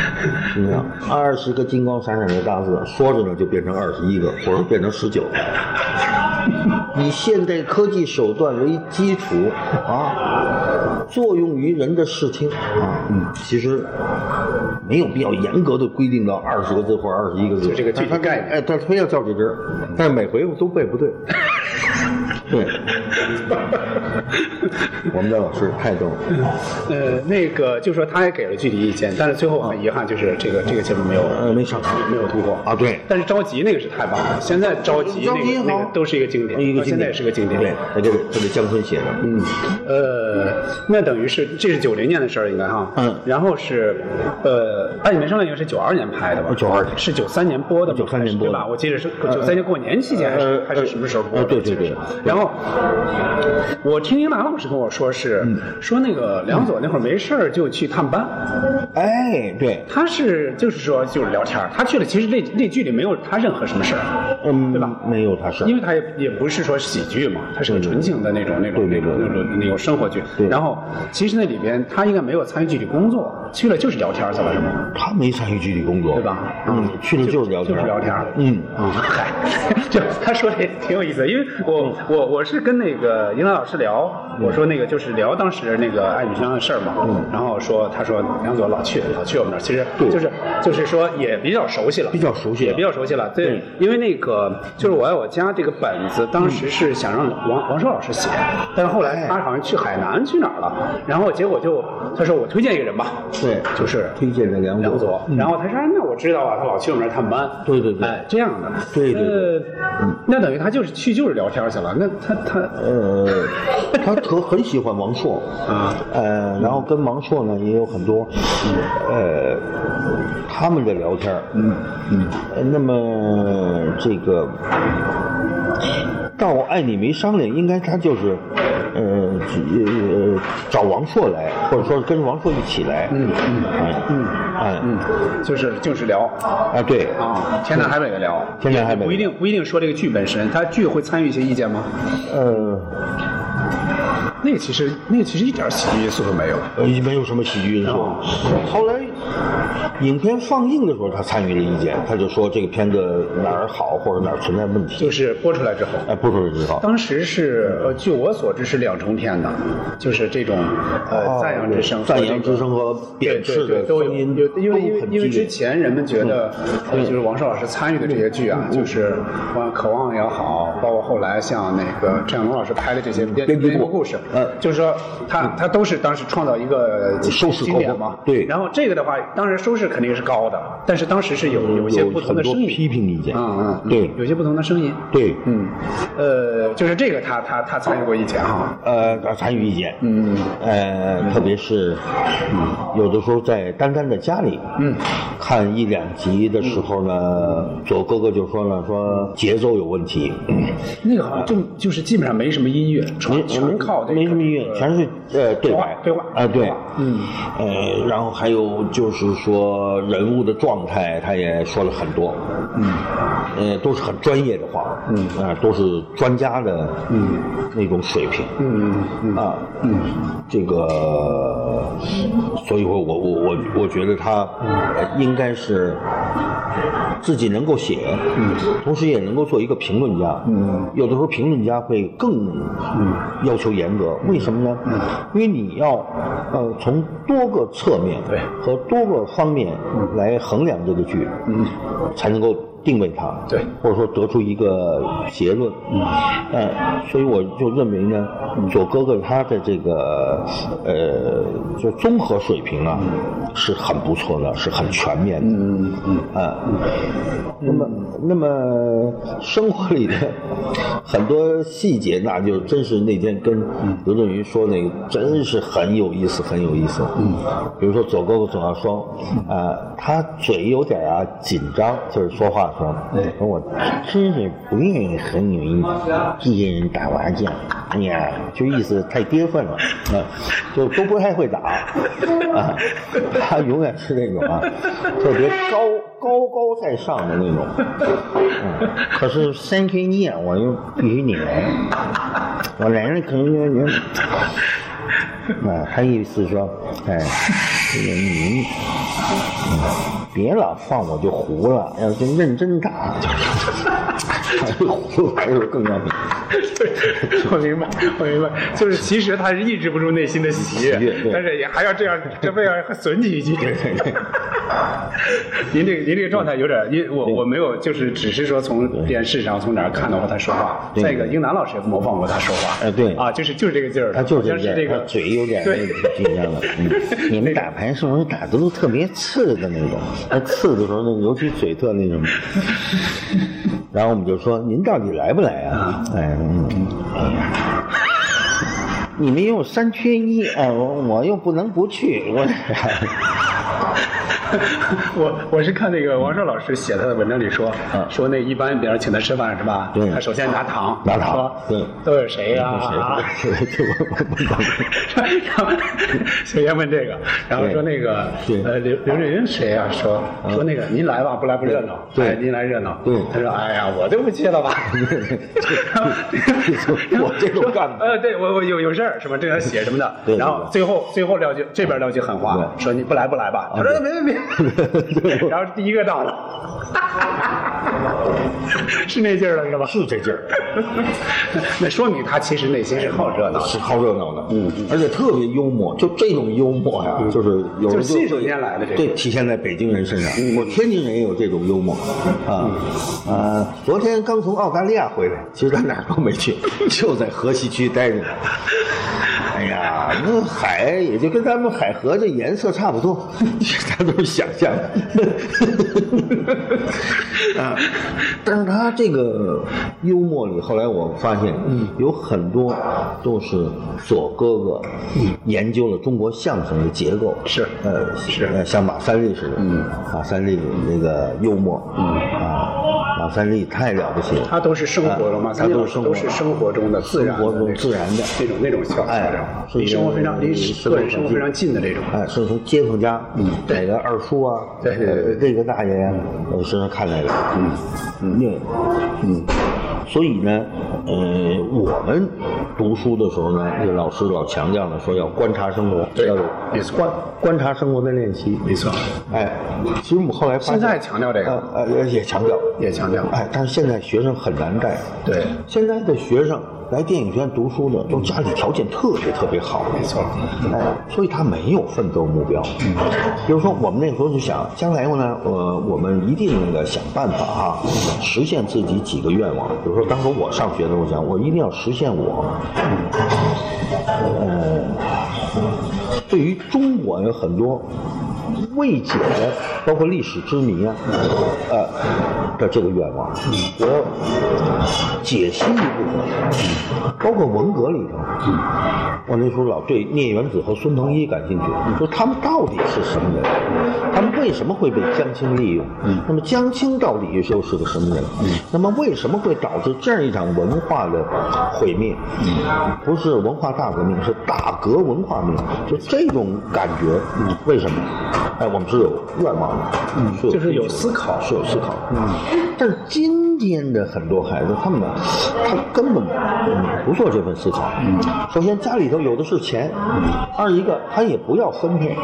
是这样，二十个金光闪闪的大字，说着呢就变成二十一个，或者变成十九个。 以现代科技手段为基础啊，作用于人的视听啊，嗯，其实没有必要严格的规定到二十个字或二十一个字，这个具体但概念哎，他非要照这根，但是每回都背不对。对， 我们的老师太逗了。呃，那个就是说他也给了具体意见，但是最后很遗憾，就是这个这个节目没有呃，没上场没有通过啊，。对，但是着急那个是太棒了，现在着急那着急个那好个都是一个经典，一个到经呃现在典也是个经典。对，他这个他这姜昆写的，嗯，呃，那等于是这是九零年的事儿，应该哈。嗯然后是，呃，《爱你们上来应该是九二年拍的吧？ 92年是九三年播的吧， 93年播的对吧？我记得是九三年过年期间还是呃还是什么时候播呃的？对对对其实是然后我听英达老师跟我说是嗯说那个梁左那会儿没事儿就去探班，哎，对，他是就是说就是聊天儿，他去了，其实那那剧里没有他任何什么事儿。嗯，对吧没有他事儿因为他也也不是说喜剧嘛，他是个纯情的那种、那种、对对那种、对那种、那种生活剧。对然然后其实那里边他应该没有参与具体工作，去了就是聊天儿去了，是吗？他没参与具体工作，对吧？嗯，去了就是聊天，就是聊天儿嗯，嗯，嗨， 就他说的也挺有意思的，因为我我我是跟那个英兰老师聊，我说那个就是聊当时那个爱女香的事儿嘛，嗯然后说他说梁左老去老去我们那儿，其实就是就是说也比较熟悉了，比较熟悉了也比较熟悉了，对，因为那个就是我爱我家这个本子，嗯当时是想让王王硕老师写，但是后来哎他好像去海南去哪儿了，然后结果就他说我推荐一个人吧，对，就是推荐的梁梁左左，，嗯然后他说那我知道啊，他老去我们那儿探班，对对对哎，这样的，对对对呃，那等于他就是去就是聊天去了，那他他呃，他特很喜欢王朔，啊，呃，然后跟王朔呢也有很多，呃，他们的聊天嗯嗯，那么这个到我爱你没商量，应该他就是，呃，呃找王朔来，或者说跟王朔一起来，嗯嗯嗯嗯就是就是聊啊对啊，天南海北的聊，天南海北不一定不一定说这个剧本身，他剧会参与一些意见吗？呃。那个其实那个其实一点喜剧因素都没有，呃，没有什么喜剧因素。哦后来影片放映的时候，他参与了意见，他就说这个片子哪儿好，或者哪儿存在问题。就是播出来之后。哎，不说这句话。当时是，呃，据我所知是两重天的，就是这种，呃，赞扬之声，哦赞扬之声和对贬对斥对，的都有，声音因为因为因都为很因为激之烈。嗯前人们觉得，呃就是王朔老师参与的这些剧啊，就是呃渴望》也好，包括后来像那个郑晓龙老师拍的这些编编辑部辑部故事，嗯就是说他他都是当时创造一个收视经典高峰嘛，对然后这个的话，当然收视肯定是高的，但是当时是有有一些有不同的很多声音，批评意见嗯嗯，对有些不同的声音，对，嗯，呃，就是这个他他他参与过意见哈，呃，他参与意见，嗯，呃，特别是有的时候在丹丹的家里，嗯，看一两集的时候呢，左哥哥就说了，说节奏有问题，那个好像就就是基本上没什么音乐，没全全靠这个没什么音乐，全是呃对白对话啊对，嗯呃，然后还有就是说人物的状态，他也说了很多，嗯，呃，都是很专业的话，嗯啊，都是专家的嗯那种水平，嗯嗯嗯。啊，嗯，这个，所以说我我我我觉得他呃应该是自己能够写，嗯，同时也能够做一个评论家，嗯，有的时候评论家会更要求严格，为什么呢？因为你要呃从多个侧面对和多个方面来衡量这个剧，嗯，才能够。定位它，对或者说得出一个结论，嗯，呃，所以我就认为呢，左哥哥他的这个呃，就综合水平啊，是很不错的，是很全面的，嗯嗯啊，那么那么生活里的很多细节，那就真是那天跟刘震云说那个，真是很有意思，很有意思，嗯，比如说左哥哥总要说，啊，他嘴有点啊紧张，就是说话的时候，说我真是不愿意和你们这些人打麻将，哎呀，就意思太跌份了，啊，就都不太会打，啊，他永远是那种啊，特别高高高在上的那种，嗯，可是三缺一啊，我就必须得来，我来了可能就人。啊，他意思说，哎，这个你别老放我就糊了，要真认真打，糊还是更要命。 我明白，我明白，就是其实他是抑制不住内心的喜喜悦悦，对但是也还要这样，这非要损你一句。 您这个您这个状态有点，因为我我没有，就是只是说从电视上从哪儿看到过他说话。对再一个，英南老师也模仿过他说话。哎对啊，就是就是这个劲儿，他就是好像是这这样，个他嘴有点对那紧张了。嗯， 你们打牌是不是打的都特别刺的那种？那刺的时候，那尤其嘴特那什么。然后我们就说：“您到底来不来啊？”哎，嗯，哎呀，你们又三缺一，哎，我我又不能不去，我。 我我是看那个王朔老师写他的文章里说，嗯说那一般别人请他吃饭是吧？对他首先拿糖，嗯拿糖说对都有谁 呀？啊谁谁我我然后 首先问这个，然后说那个对嗯呃刘刘震云谁啊？说说那个您来吧，不来不热闹。对哎您来热闹。对他说哎呀， 我就不去了吧。然后我这种干部呃，对我我有有事儿儿，什么这个写什么的 对，对然后对最后最后撂句这边撂句狠话，对啊说你不来不来吧，他说别别别， 然后第一个到了， 是那劲儿了是吧？是这劲儿， 那说明他其实内心是好热闹的，是好热闹的，嗯，而且特别幽默，就这种幽默呀，就是有就人是信手会拈来的这对种，体现在北京人身上。我天津人也有这种幽默啊，呃，昨天刚从澳大利亚回来，其实咱哪儿都没 去，就在河西区待着呢。哎呀，那海也就跟咱们海河这颜色差不多， 咱都是想象的。啊，但是他这个幽默里，后来我发现，有很多都是左哥哥研究了中国相声的结构，是呃，嗯是呃像马三立似的，嗯，马三立那个幽默，嗯啊，马三立太了不起了，他都是生活中嘛，啊他都是生活都是生活中的自然的生活中那种自然的那种那种小哎调整，是离生活非常离离生活个人生很活近非常近的这种。哎，是从街坊家，嗯，哪个二叔啊，对对嗯对呃这个大爷呀，我身上看来的，嗯嗯，那，嗯，所以呢，呃，我们读书的时候呢，这老师老强调了，说要观察生活，对要有没错观观察生活的练习，没错，哎，其实我们后来发现现在强调这个呃呃，也强调，也强调哎，但是现在学生很难带，对现在的学生来电影学院读书的，都家里条件特别特别好，嗯没错，嗯哎，所以他没有奋斗目标。比如说，我们那时候就想，将来呢，呃，我们一定那个想办法啊，实现自己几个愿望。比如说，当时我上学的时候我想，我一定要实现我，呃，对于中国有很多未解的，包括历史之谜啊，呃的这个愿望，我要解析一部分，包括文革里头，嗯我那时候老对聂元子和孙腾一感兴趣，说他们到底是什么人，他们为什么会被江青利用？嗯那么江青到底又是个什么人？那么为什么会导致这样一场文化的毁灭？嗯不是文化大革命，是大革文化命，就这种感觉。嗯为什么？哎，我们是有愿望的，有就是有追求的思考是有思考。嗯，但是今天的很多孩子，他们他根本嗯不做这份思考。嗯，首先家里头有的是钱，二一个他也不要分配，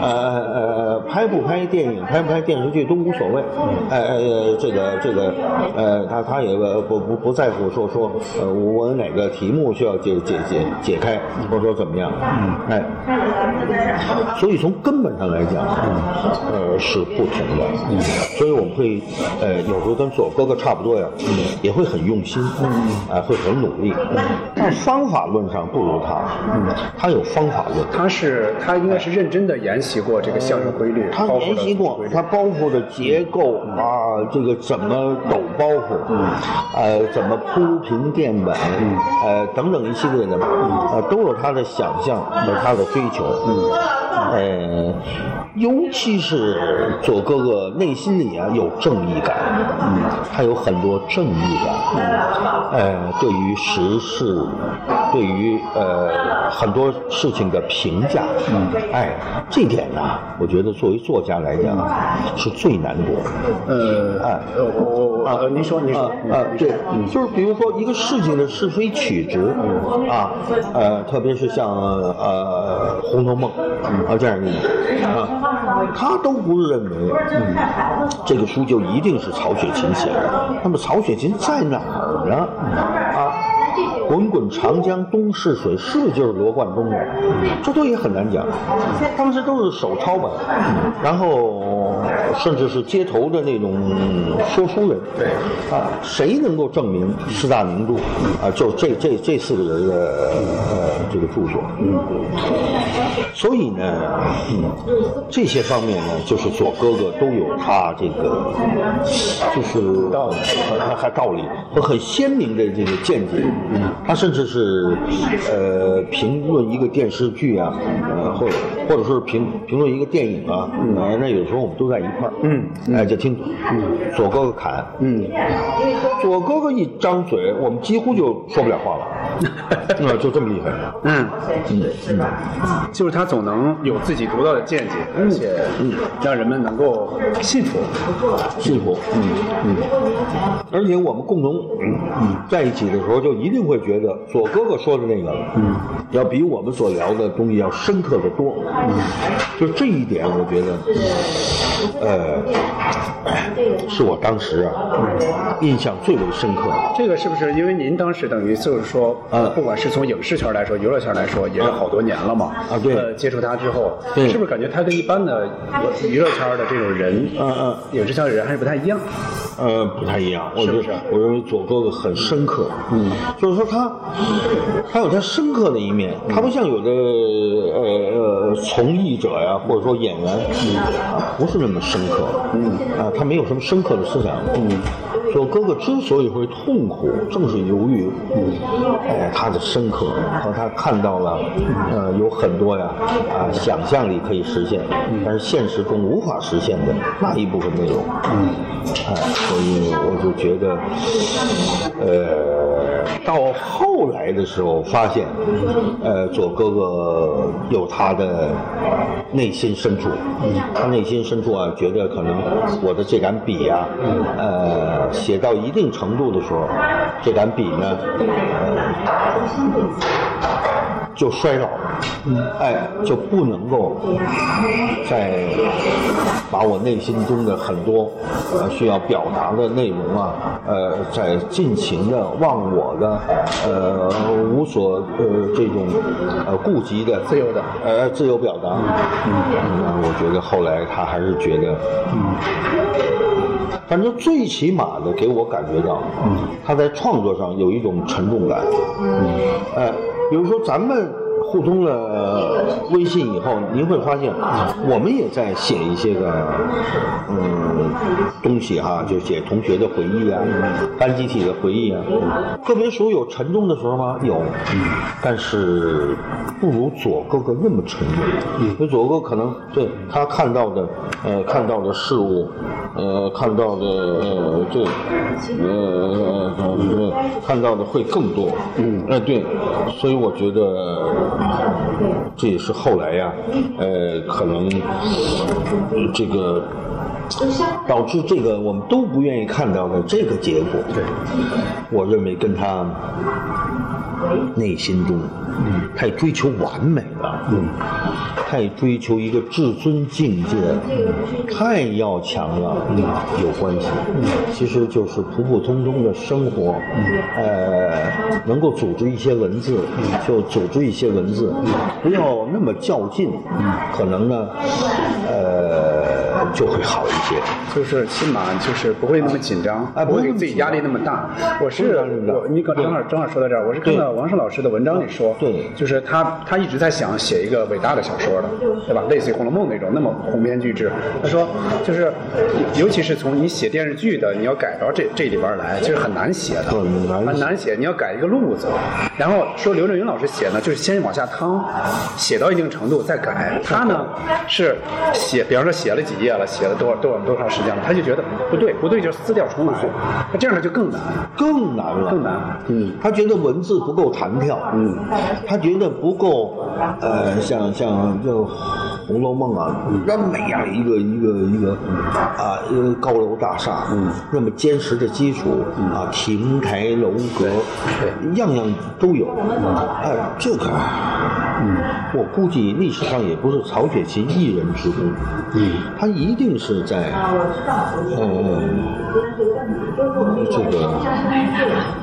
呃呃，拍不拍电影、拍不拍电视剧都无所谓。呃呃，这个这个呃，他他也不不不不在乎说说呃我我哪个题目需要解解解解开，或者说怎么样，哎。所以从根本上来讲，呃，是不同的。所以我们会，呃，有时候跟左哥哥差不多呀，也会很用心，啊、会很努力。但方法论上不如他，他有方法论。他是他应该是认真的研习过这个相声规律，他包括研了习过规，律他包袱的结构啊，这个怎么抖包袱，嗯呃，怎么铺平垫稳，呃，等等一系列的，嗯呃，都有他的想象和他的追求，呃，尤其是左哥哥内心里啊有正义感，他有很多正义感，呃，对于时事，对于呃很多事情的评价，哎，这点呢、我觉得作为作家来讲是最难得的。呃哎呃我我我呃您说您说啊啊，对，就是比如说一个事情的是非曲直啊，呃，特别是像呃《红楼梦》啊这样一个啊，他都不认为嗯这个书就一定是曹雪芹写的。那么曹雪芹在哪儿呢？啊？滚滚长江东逝水，是就是罗贯中的，这都也很难讲。当时都是手抄本，然后甚至是街头的那种说书人。对啊，谁能够证明四大名著啊？就这这这四个人的呃这个著作。所以呢，嗯，这些方面呢，就是左哥哥都有他这个，就是道理，还还道理和很鲜明的这个见解。嗯他甚至是呃评论一个电视剧啊，呃或者或者是评评论一个电影啊，呃那有时候我们都在一块儿，嗯，哎就听左哥哥侃，嗯，左哥哥一张嘴，我们几乎就说不了 话了，啊就这么厉害，嗯，嗯嗯。就是他总能有自己独到的见解，而且嗯让人们能够信服。幸嗯福，嗯嗯，而且我们共同嗯在一起的时候，就一定会觉觉得左哥哥说的那个，嗯，要比我们所聊的东西要深刻的多。嗯，就这一点，我觉得，呃，是我当时啊印象最为深刻的。这个是不是因为您当时等于就是说，呃嗯不管是从影视圈来说，娱乐圈来说，也是好多年了嘛？啊对呃，接触他之后，对是不是感觉他跟一般的娱乐圈的这种人，嗯嗯，影视圈的人还是不太一样？呃，不太一样，我是觉不得是我认为左哥哥很深刻，嗯，就是说他他有他深刻的一面，他不像有的呃呃从艺者呀，或者说演员，他不是那么深刻，嗯啊，他没有什么深刻的思想，嗯。左哥哥之所以会痛苦，正是由于，嗯，哎，他的深刻和他看到了，呃，有很多呀，啊、想象力可以实现，但是现实中无法实现的那一部分内容，哎，所以我就觉得，呃，到后来的时候发现，呃，左哥哥有他的内心深处，他内心深处啊，觉得可能我的这杆笔啊，呃，写到一定程度的时候，这杆笔呢，就衰老了，嗯哎，就不能够再把我内心中的很多呃需要表达的内容啊，呃，在尽情的忘我的，呃，无所呃这种呃顾及的自由的呃自由表达。嗯，那我觉得后来他还是觉得，嗯反正最起码的给我感觉到，他在创作上有一种沉重感。呃，比如说咱们互通了微信以后，您会发现，我们也在写一些个嗯东西哈，就写同学的回忆啊，班集体的回忆啊。个别时候有沉重的时候吗？有，嗯但是不如左哥哥那么沉重。因为左哥可能对他看到的呃看到的事物，呃看到的呃对呃呃呃看到的会更多。嗯，哎、对，所以我觉得呃这也是后来呀，呃，可能呃这个。导致这个我们都不愿意看到的这个结果，对，我认为跟他内心中太追求完美了，太追求一个至尊境界了，太要强了，有关系。其实就是普普通通的生活，呃，能够组织一些文字，就组织一些文字，不要那么较劲，可能呢，呃，就会好一些。就是起码就是不会那么紧张，啊不不会会那给么自己压力那么大。我是我，你刚正好正好说到这儿，我是看到王胜老师的文章里说，对就是他他一直在想写一个伟大的小说的，对吧？类似于《红楼梦》那种那么鸿篇巨制。他说，就是尤其是从你写电视剧的，你要改到这这里边来，就是很难写的，很难写很难写。你要改一个路子，然后说刘震云老师写呢，就是先往下趟，写到一定程度再改。他呢是写，比方说写了几页了，写了多少多少多长时间了，他就觉得不对不对，就撕掉重来。那这样呢就更难，更难了，更难。嗯，他觉得文字不够弹跳，嗯，他觉得不够，呃，像像就《红楼梦》啊，那么样一个一个一个啊，一个高楼大厦，嗯，那么坚实的基础啊，亭台楼阁，样样都有，哎，这个。嗯，我估计历史上也不是曹雪芹一人之功，嗯，他一定是在，呃，这个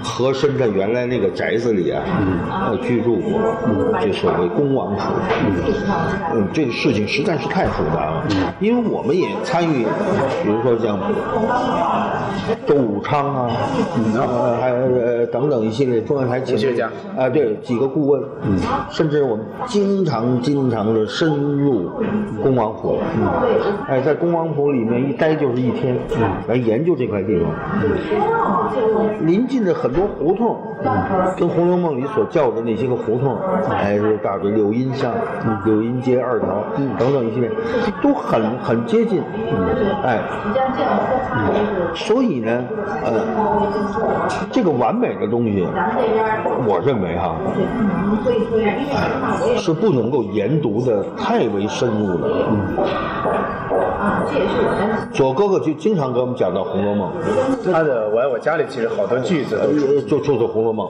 和珅在原来那个宅子里啊，呃，居住过，就所谓恭王府。嗯，这个事情实在是太复杂了，因为我们也参与，比如说像周武昌啊，呃，还有呃等等一系列中央台请学家啊，对，几个顾问，甚至我们经常经常的深入恭王府，哎，在恭王府里面一待就是一天，来研究这块地方。临近的很多胡同，跟《红楼梦》里所叫的那些个胡同，哎，就是大嘴柳荫巷、柳荫街二条等等一系列，都很很接近，哎，所以呢，呃，这个完美的东西，我认为哈、哎是不能够研读的太为深入的。左哥哥就经常给我们讲到《红楼梦》，他的我我家里其实好多句子都就就出就是《红楼梦》，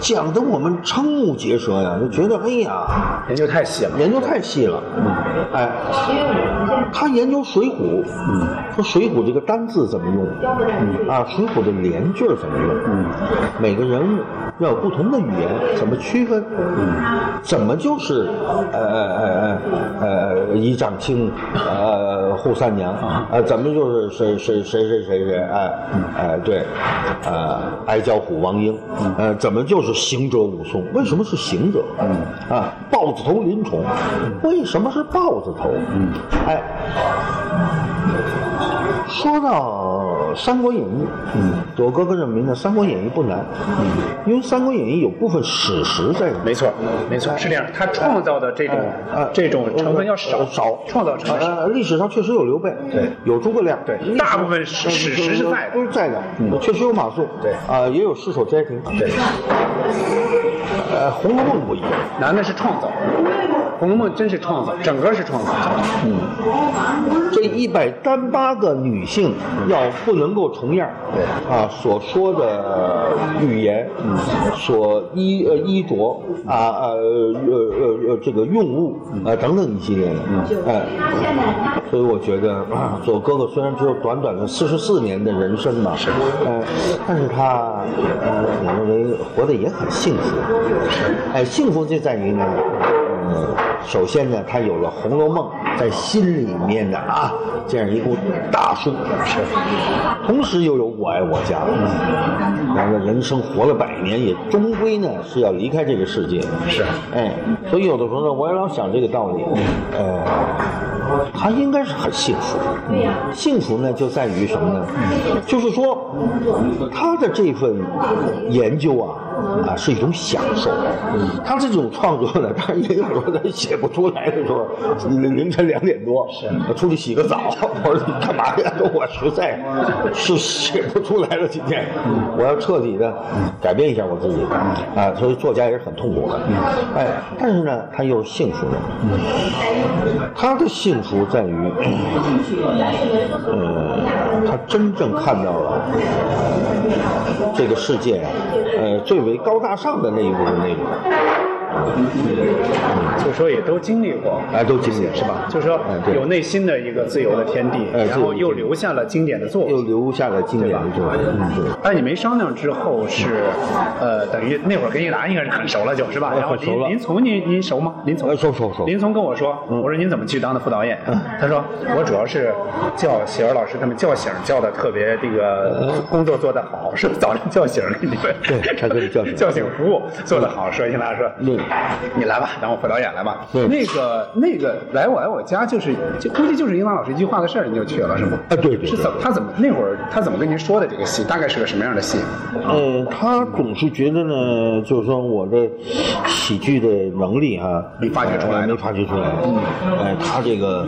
讲的我们瞠目结舌呀，就觉得哎呀，研究太细了。研究太细了。哎，他研究《水浒》，说《水浒》这个单字怎么用，啊，《水浒》的连句儿怎么用，每个人物要有不同的语言，怎么区分，怎么就是呃呃呃呃一丈青，呃扈三娘，啊，怎么就是谁谁谁谁谁谁，哎哎对，呃哀交虎王英，呃怎么就是行者武松？为什么是行者？啊，豹子头林冲，为什么是豹子头？嗯，哎，说到《三国演义》，嗯，我哥跟着明的《三国演义》不难，嗯，因为《三国演义》有部分史实在里面。没错，没错，是这样。他创造的这种啊，这种成分要哦少呃啊少，创造成分少。呃，历史上确实有刘备，对，有诸葛亮，对历史大部分史史实是在的都是在的，确实有马谡，对啊，也有尸首街亭，对，呃，《红楼梦》不一样，难的是创造，《红楼梦》真是创造，整个是创造。这一百单八个女性要不能够重样儿，啊，所说的语言，所衣呃衣着啊啊呃呃呃这个用物啊等等一系列的，哎，所以我觉得啊左哥哥虽然只有短短的四十四年的人生吧，是，呃，但是他呃我认为活得也很幸福，哎，幸福就在于呢。嗯，首先呢，他有了《红楼梦》在心里面的啊，这样一部大书，是，同时又有《我爱我家》，然后人生活了百年，也终归呢是要离开这个世界，是，哎，所以有的时候呢，我也老想这个道理，呃，他应该是很幸福，幸福呢就在于什么呢？就是说，他的这份研究啊，啊是一种享受，他这种创作呢， 当然也有时候他写不出来的时候，凌凌晨两点多，我出去洗个澡， 我说你干嘛呀？我实在是写不出来了，今天我要彻底的改变一下我自己啊，所以作家也是很痛苦的，哎，但是呢，他又是幸福的，他的幸福在于，呃，他真正看到了这个世界啊，呃，最为高大上的那一部分内容，就说也都经历过，哎，都经历了是吧？就说哎对有内心的一个自由的天地，哎然后又留下了经典的作又品。留下了经典的作品，嗯，对。哎，你没商量之后是，呃，等于那会儿跟叶达应该是很熟了，就是吧？然后很熟林了林从您您熟吗？林从呃熟熟熟嗯林从跟我说，我说您怎么去当的副导演？他说我主要是叫喜儿老师他们叫醒叫的特别这个工作做得好，是早上叫醒给你们，呃对他给你叫醒叫醒服务做得好，说叶达说，嗯你来吧，当我副导演来吧。嗯那个那个来我来我家就是，就估计就是英达老师一句话的事儿，你就去了是吗？啊对对对是怎么他怎么那会儿他怎么跟您说的这个戏？大概是个什么样的戏？呃，他总是觉得呢，就是说我的喜剧的能力啊，没发掘出来嗯呃没发掘出来。哎，他这个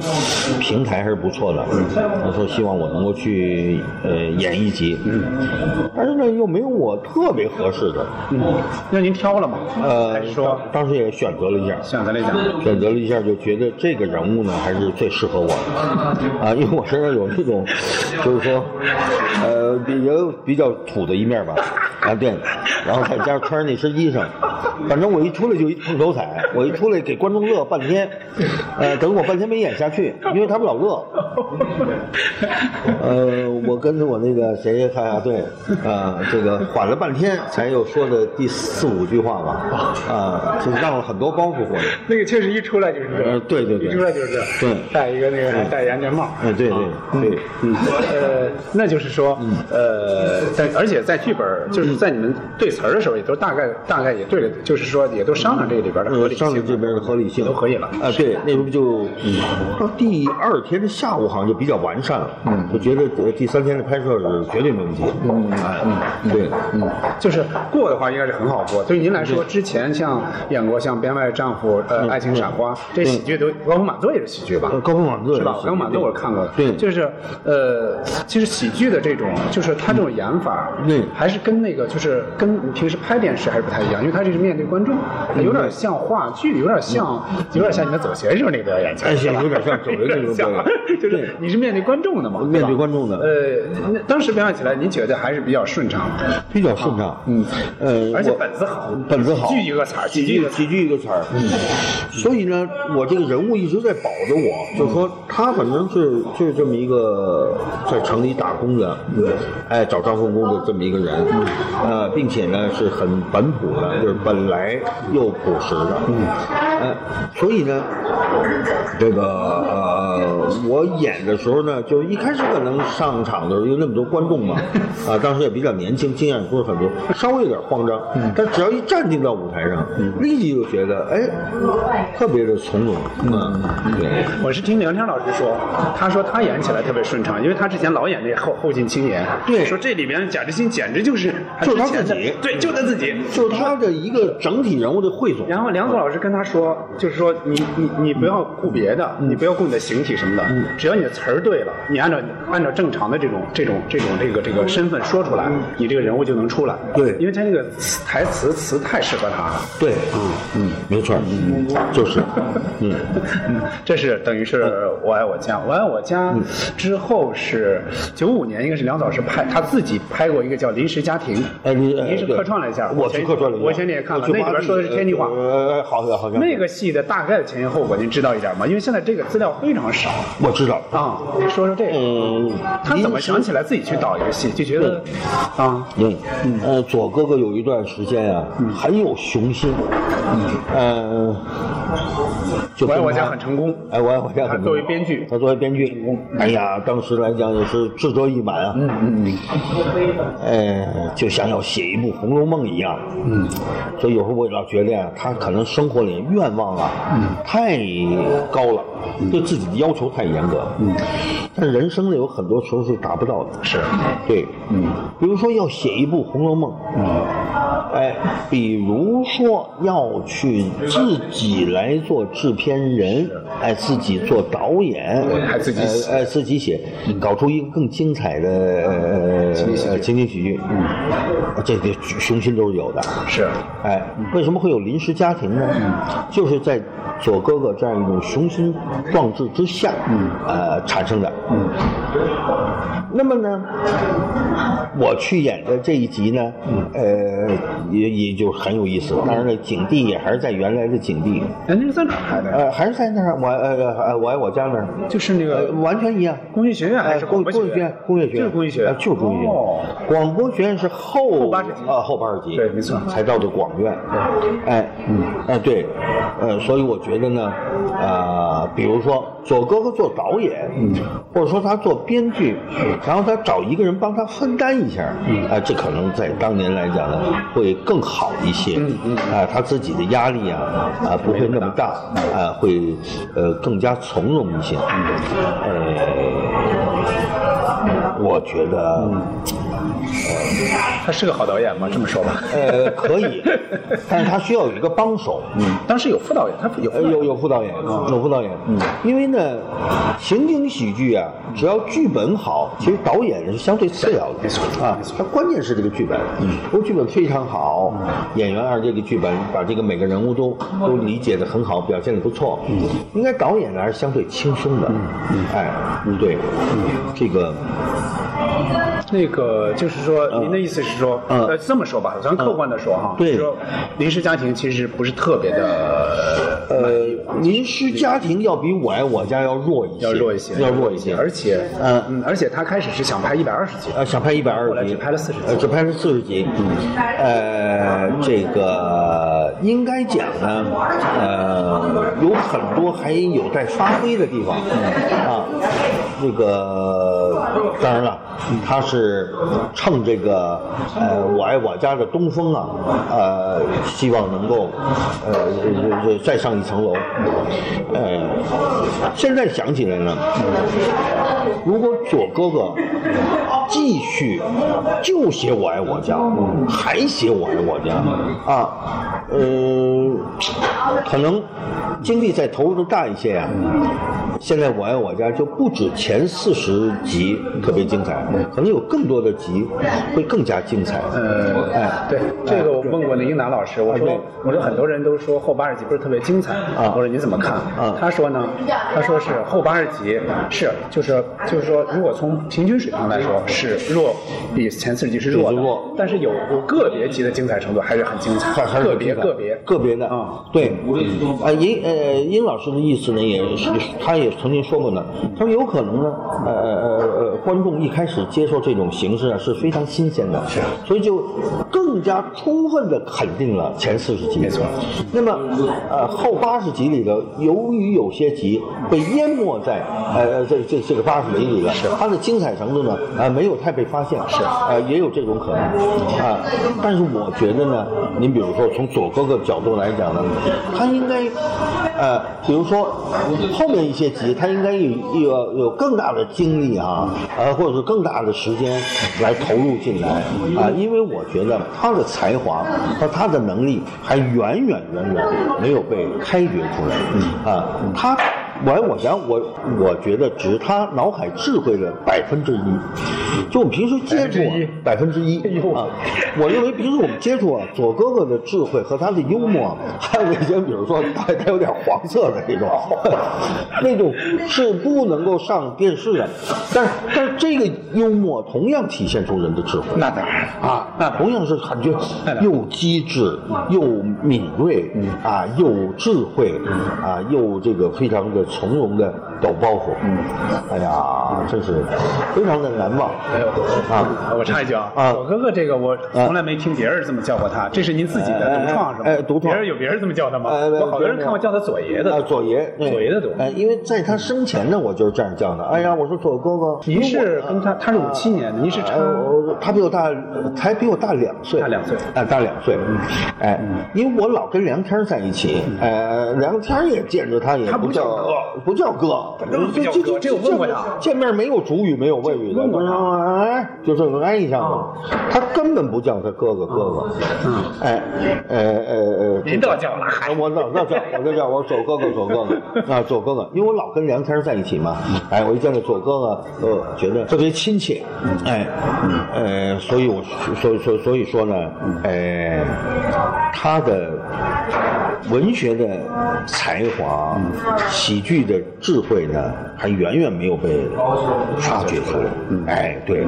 平台还是不错的。嗯他说希望我能够去呃演一集，嗯但是呢又没有我特别合适的。让您挑了吗？呃还是，说当当时也选择了一下，像咱来讲，选择了一下，就觉得这个人物呢还是最适合我的啊，因为我身上有那种，就是说，呃，比较比较土的一面吧，啊对，然后再加上穿上那身衣裳，反正我一出来就一碰头彩，我一出来给观众乐半天，呃，等我半天没演下去，因为他们老乐，呃，我跟着我那个谁还啊，对，啊、这个缓了半天才又说的第四五句话吧，啊、就让了很多包袱回来。那个确实一出来就是这样呃，对对对一出来就是这样，对戴一个那个嗯戴一安全帽。哎，对对对，嗯，呃，那就是说，嗯呃，在而且在剧本儿，就是在你们对词儿的时候，也都大概大概也对了，就是说也都商量这个里边的合呃，理性，上面这边的合理性都可以了。啊，对，那时候就嗯到第二天的下午好像就比较完善了，嗯，就觉得呃第三天的拍摄是绝对没问题，嗯，哎，对，嗯，嗯就是过的话，应该是很好过。对于您来说，之前像演过像《编外丈夫》呃，《爱情傻瓜》嗯这喜剧都，高朋满座也是喜剧吧？呃高朋满座也是吧是？喜高朋满座剧我是看过的，对就是呃，其实喜剧的这种，就是它这种演法，对还是跟那个就是跟你平时拍电视还是不太一样，因为它这是面对观众，它有嗯点像话剧，有点像 有点像你的走鞋时候那个表演，哎是吧有点像走鞋时候那 个表演就对是你是面对观众的嘛，面吧对观众的呃，那当时表演起来，你觉得还是比较顺畅的，比较顺畅，嗯呃，而且我本子好本子好，喜剧一个词儿喜喜剧一剧个词喜剧一个词儿，嗯，所以呢，我这个人物一直在保着我，就是说他反正是就是这么一个在城里打工的，哎，找张凤公的这么一个人，呃，并且呢是很本土的，就是本来又朴实的，嗯，呃，所以呢，这个呃，我演的时候呢，就是一开始可能上场的时候有那么多观众 嘛，啊，当时也比较年轻，经验也不是很多，稍微有点慌张，嗯但只要一站定到舞台上，立即就觉得哎，特别的从容，嗯，对，我是听梁天老师说，他说他演起来特别顺畅，因为他之前老演那后后进青年，对说这里面贾志新简直就是就是他之前的自己对，就他自己。就是他的一个整体人物的汇总。然后梁左老师跟他说，就是说你你你不要顾别的，嗯你不要顾你的形体什么的，只要你的词儿对了，你按照按照正常的这种这种这种这个这个身份说出来，你这个人物就能出来。嗯对因为他那个词台词词太适合他了。对，嗯嗯，没错，嗯，就是，嗯，这是等于是我爱我家，我爱我嗯家之后是九五年，应该是梁老师拍他自己拍过一个叫《临时家庭》，哎，你您是客串了一下我我去前客串了一下，嗯我前天也看了我去那里边挖地说的是天津话呃，好像好像那个戏的大概的前因后果，您知道一点吗？因为现在这个资料非常少我知道，啊，说说这个，嗯，他怎么想起来自己去导一个戏，就觉得嗯啊，对，呃，左哥哥有一段时间啊，嗯很有雄心，嗯，就我爱跟我家他很成功哎，我爱我家很成功他作为编剧他作为编剧，哎呀，当时来讲也是志得意满啊，嗯嗯，嗯呃，就想要写一部《红楼梦》一样，嗯，所以有时候我老觉得啊，他可能生活里愿望啊，嗯太高了，对自己的要求太严格，嗯，但人生呢，有很多时候是达不到的，是对，嗯，比如说要写一部《红楼梦》，嗯，哎，比如说要去自己来做制片人，哎，自己做导演，还自己哎写嗯哎，自己写，搞出一个更精彩的呃情景喜剧情景喜剧，嗯，这这雄心都是有的，是哎，为什么会有临时家庭呢？嗯就是在左哥哥这样一种雄心壮志之下，嗯，呃，产生的。嗯，那么呢，我去演的这一集呢，嗯呃，也也就很有意思。当然了，景地也还是在原来的景地，哎，那个在哪儿拍的呀？呃，还是在那儿，我呃呃，我爱我家那儿。就是那呃个，完全一样，工业学院还哎是工广工播业学学院院？工业学院哎就是就是工业学院工业学院哦。广播学院是后后八十级啊，后八十级，嗯对没错才到的广院。哎，嗯，哎对，呃，所以我觉得呢，啊，比如说左哥哥做导演，嗯，或者说他做编剧，嗯然后他找一个人帮他分担一下，嗯，啊，这可能在当年来讲呢，会更好一些，嗯嗯，啊，他自己的压力啊，啊，不会那么大，啊，会呃更加从容一些，嗯呃。我觉得，嗯他是个好导演吗？这么说吧。呃，可以，但是他需要有一个帮手，嗯，当时有副导演，他有呃，有有副导演，有副导演，嗯，因为呢，情景喜剧啊，只要剧本好，其实导演是相对次要的，没错啊，它关键是这个剧本，嗯，如果剧本非常好，演员按这个剧本把这个每个人物都都理解的很好，表现的不错，嗯，应该导演呢还是相对轻松的，嗯，哎，对，这个。那个就是说，您的意思是说，嗯呃，这么说吧，咱客观的说哈，对就是说临时家庭其实不是特别的呃，您师家庭要比我爱我家要弱一些，要弱一些，要弱一些，而且，嗯嗯，而且他开始是想拍一百二十集，呃想拍一百二后十来集，只拍了40集嗯呃只拍了四十集，呃，这个应该讲呢，呃，有很多还有待发挥的地方嗯啊，这个当然了，他是趁这个呃我爱我家的东风啊，呃，希望能够呃这这这再上一层楼，呃，现在想起来呢。如果左哥哥继续就写我爱我家，还写我爱我家啊，呃，可能精力再投入的大一些呀、现在《我爱我家》就不止前四十集特别精彩，可能有更多的集会更加精彩。呃，哎，啊对，这个我问过那英达老师，我对啊说我说很多人都说后八十集不是特别精彩，我说你怎么看？他说呢，他说是后八十集是就是就是说，如果从平均水平来说是弱，比前四十集是弱的，比弱但是有有个别集的精彩程度还是很精彩，还还是个很别精彩个别个别的啊，对，啊，殷呃殷老师的意思呢，也是嗯他也曾经说过呢，他说有可能呢，呃呃呃呃，观众一开始接受这种形式啊是非常新鲜的，是，啊所以就更加充分的肯定了前四十集，没错。那么呃后八十集里头，由于有些集被淹没在呃呃这这这个八十集里了，它的精彩程度呢呃没有太被发现，是，呃也有这种可能啊，但是我觉得呢，您比如说从左哥哥角度来讲呢，他应该，呃，比如说后面一些集，他应该有有有更大的精力啊，呃，或者是更大的时间来投入进来啊、因为我觉得他的才华和他的能力还远远远远没有被开掘出来啊、他。我我想我我觉得只是他脑海智慧的百分之一，就我们平时接触啊百分之一啊，我认为平时我们接触啊，左哥哥的智慧和他的幽默啊， 还有一些比如说他他有点黄色的那种， 那种是不能够上电视的，但是但是这个幽默同样体现出人的智慧。那当然啊，那那同样是感觉哎又机智嗯又敏锐啊，又智慧嗯啊，又这个非常的从容的抖包袱。嗯哎呀，真是非常的难忘哎呦啊！我插一句啊，啊我哥哥这个我从来没听别人这么叫过他，这是您自己的独创是吗？哎哎哎独创别人有别人这么叫他吗？哎哎我好多人看我叫他左爷的啊，，左爷，嗯左爷的左哎，因为在他生前呢，我就是这样叫的。哎呀，我说左哥哥，您是啊跟他，他是五七年的，您是差哎，我他比我大，才比我大两岁，大两岁嗯哎，大两岁，哎，因为我老跟梁天儿在一起，呃，梁天儿也见着他也他不叫叫哥不叫哥，怎么不叫哥这我问过他见面没有主语，没有谓语的，问过哦他，哎，就这么挨一下子，他根本不叫他哥哥哥哥，嗯，哎，呃呃呃，您倒叫了，哎我那那叫我就叫我左哥哥左哥哥啊左哥哥，因为我老跟梁天儿在一起嘛，哎，我一见到左哥哥，呃，觉得特别亲切，哎，呃，所以我所以所以所以说呢，哎，他的文学的才华，喜剧的智慧呢，还远远没有被发掘出来，嗯哎，对，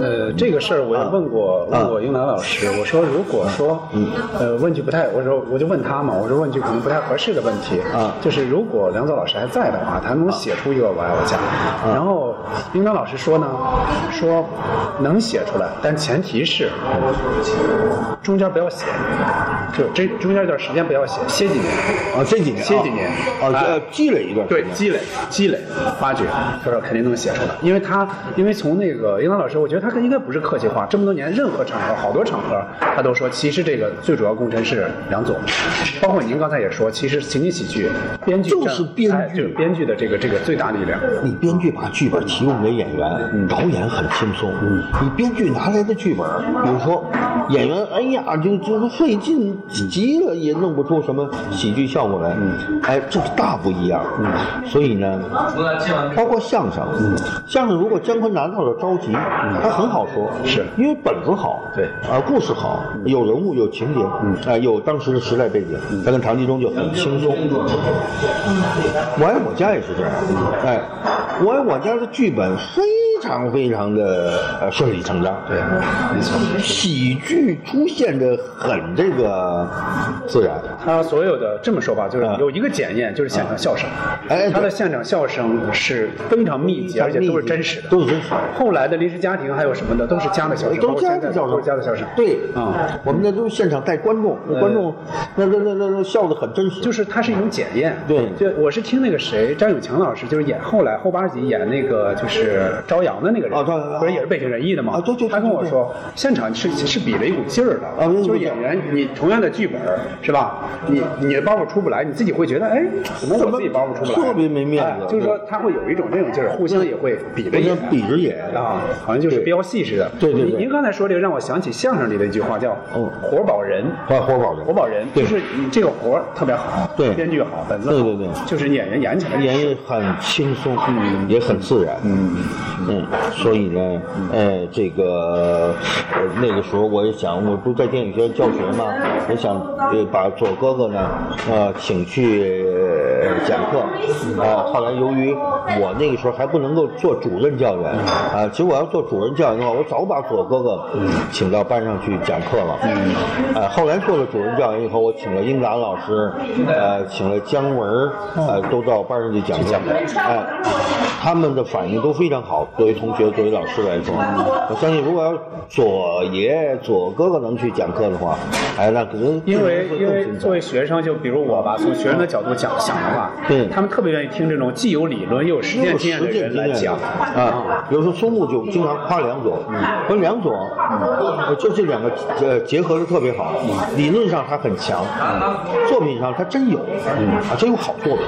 呃，这个事儿我也问过，啊问过英达老师，我说如果说，嗯呃，问句不太，我说我就问他嘛，我说问句可能不太合适的问题，啊就是如果梁左老师还在的话，他能写出一个我爱我家，啊然后英达老师说呢，说能写出来，但前提是中间不要写，就这中间一段时间不要写，歇几年，啊，这几年啊，歇几年啊，哎呃积累一段时对间，，积累、积累、发掘，他说肯定能写出来，因为他，因为从那个英达老师，我觉得他应该不是客气话，这么多年任何场合，好多场合，他都说，其实这个最主要功臣是梁左，包括您刚才也说，其实情景喜剧编剧就是占编剧哎就是编剧的这个这个最大力量。你编剧把剧本提供给演嗯员，导演很轻松。你编剧拿来的剧本，比如说演员，哎呀，就就是费劲嗯极了，也弄不出什么喜剧效果来。哎，这个大不一样。嗯所以呢，包括相声，相声如果姜昆拿到了着急，他很好说，嗯是因为本子好，对嗯啊，故事好，有人物，有情节，啊，有当时的时代背景，他跟唐季中就很轻松。嗯我爱我家也是这样，哎，我爱我家的剧本非常非常的呃顺理成章，对，没错，喜剧出现的很这个自然，他所有的这么说吧，就是嗯有一个检验，就是现场笑声。哎他对的现场笑声是非常密集，而且都是真实的。都是真实的。后来的临时家庭还有什么的，都是加的笑声，都包括加现在的的笑都声，是加的笑声。对，啊我们那都是现场带观众，那观众那那那那那笑得很真实，就是它是一种检验。对就我是听那个谁张永强老师，就是演后来后八十集演那个就是《朝阳》阳的那个人，哦赵阳不是也是北京人艺的吗？啊对对对他跟我对对说，现场是是比了一股劲儿的，啊对对就对是演员，你同样的剧本是吧？你你的包袱出不来，你自己会觉得，哎，怎么怎我么自己包袱出不来？特别没面子哎就是说他会有一种那种劲儿，互相也会比着互相演，比着演啊，好像就是飙戏似的。对对对您您刚才说这个让我想起相声里的一句话，叫嗯“活保人”。啊，活宝人，活保人对就是你这个活儿特别好，对编剧好，本子好对对对就是演员演起来演绎很轻松，也很自然，嗯所以呢，呃，这个呃那个时候我也想，我不是在电影学院教学嘛，我想呃把左哥哥呢，呃，请去呃讲课，啊，后来由于我那个时候还不能够做主任教员，啊，其实我要做主任教员的话，我早把左哥哥请到班上去讲课了，嗯啊，后来做了主任教员以后，我请了英达老师，嗯呃，请了姜文儿，呃，都到班上去讲课，哎，他们的反应都非常好，作为同学，作为老师来说，我相信如果要左爷、左哥哥能去讲课的话，哎，那可能因为会因更为精彩作为学生，就比如我吧，从学生的角度讲想的话，对他们特别愿意听这种既有理论又有实没践有经验的实践人经来验讲。嗯啊。比如说苏木就经常夸梁左，说梁左呃就这两个呃结合的特别好，嗯理论上他很强，作品上他真有，嗯啊真有好作品，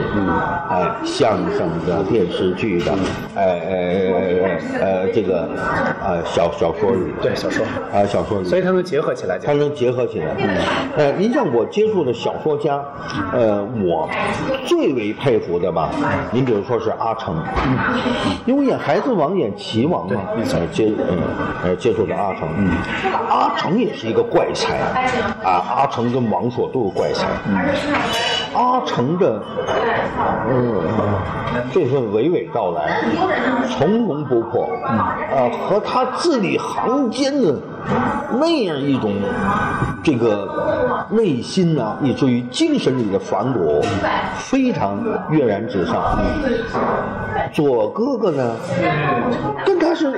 哎，相声的、电视剧嗯的，哎哎哎哎呃这个啊小小说里的对小说，啊小说里的所以他能结合起来它讲。能结合起来。呃，您像我接触的小说家，呃，我最为佩服的吧，您比如说是阿城，因为演《孩子王》演齐王嘛，呃接嗯呃接触的阿城，阿城也是一个怪才啊，阿城跟王朔都是怪才，嗯阿城的嗯这份娓娓道来，从容不迫，啊，和他字里行间的那样一种这个内心呢、以至于精神里的反骨，非常跃然纸上。左哥哥呢，跟他是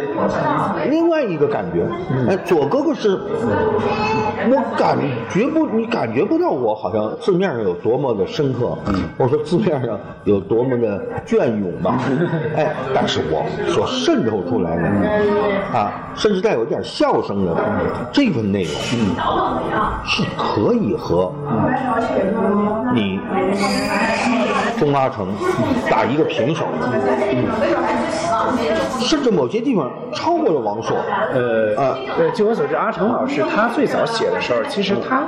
另外一个感觉。哎，左哥哥是，我感觉不，你感觉不到我好像字面上有多么的深刻，或者说字面上有多么的隽永吧。哎，但是我所渗透出来的，啊，甚至带有一点笑声的这份内容，是可以和你中阿城打一个平手的。甚至某些地方超过了王朔。呃啊呃，据我所知，阿成老师他最早写的时候，其实他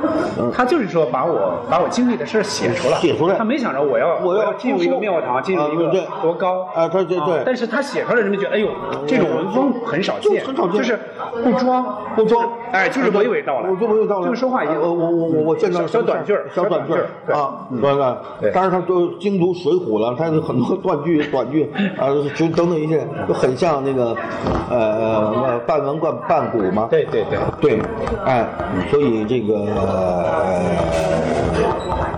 他就是说把我把我经历的事儿写出来，嗯写出来他没想着我要我要要进入一个庙堂，进入一啊个对多高啊对对对嗯但是他写出来人们觉得，哎呦，这种文风很少就见，很少见就是不装不装就是哎，就是娓娓道来，我就娓娓道来，就是说话也我我我我我见到小小短句儿，小短短句儿对嗯啊，对吧？对当然他都精读《水浒》了，他有很多断句、 短句啊，就等等一些，就很像那个呃呃半文贯半古嘛。对对对。对，哎，所以这个，呃、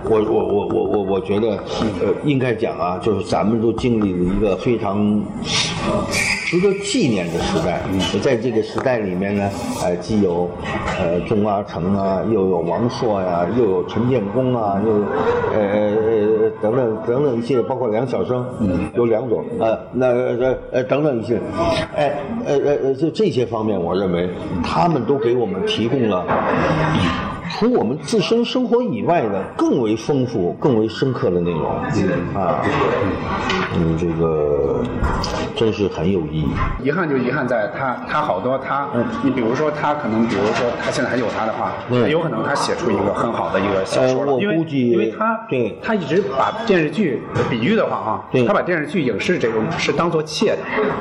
我我我我我我觉得，呃，应该讲啊，就是咱们都经历了一个非常值得纪念的时代。嗯在这个时代里面呢，呃，既有呃钟阿城啊，又有王朔呀、又有陈建功啊，又有呃呃呃等等等等一系列，包括梁晓声，有两种，呃，那呃呃等等一系列，哎呃呃呃，就这些方面，我认为他们都给我们提供了。除我们自身生活以外的更为丰富、更为深刻的内容啊，嗯，这个真是很有意义。遗憾就遗憾在他，他好多他，你比如说他可能，比如说他现在还有他的话，嗯有可能他写出一个很好的一个小说了，呃我因为估计因为他对他一直把电视剧比喻的话啊对，他把电视剧影视这种是当做妾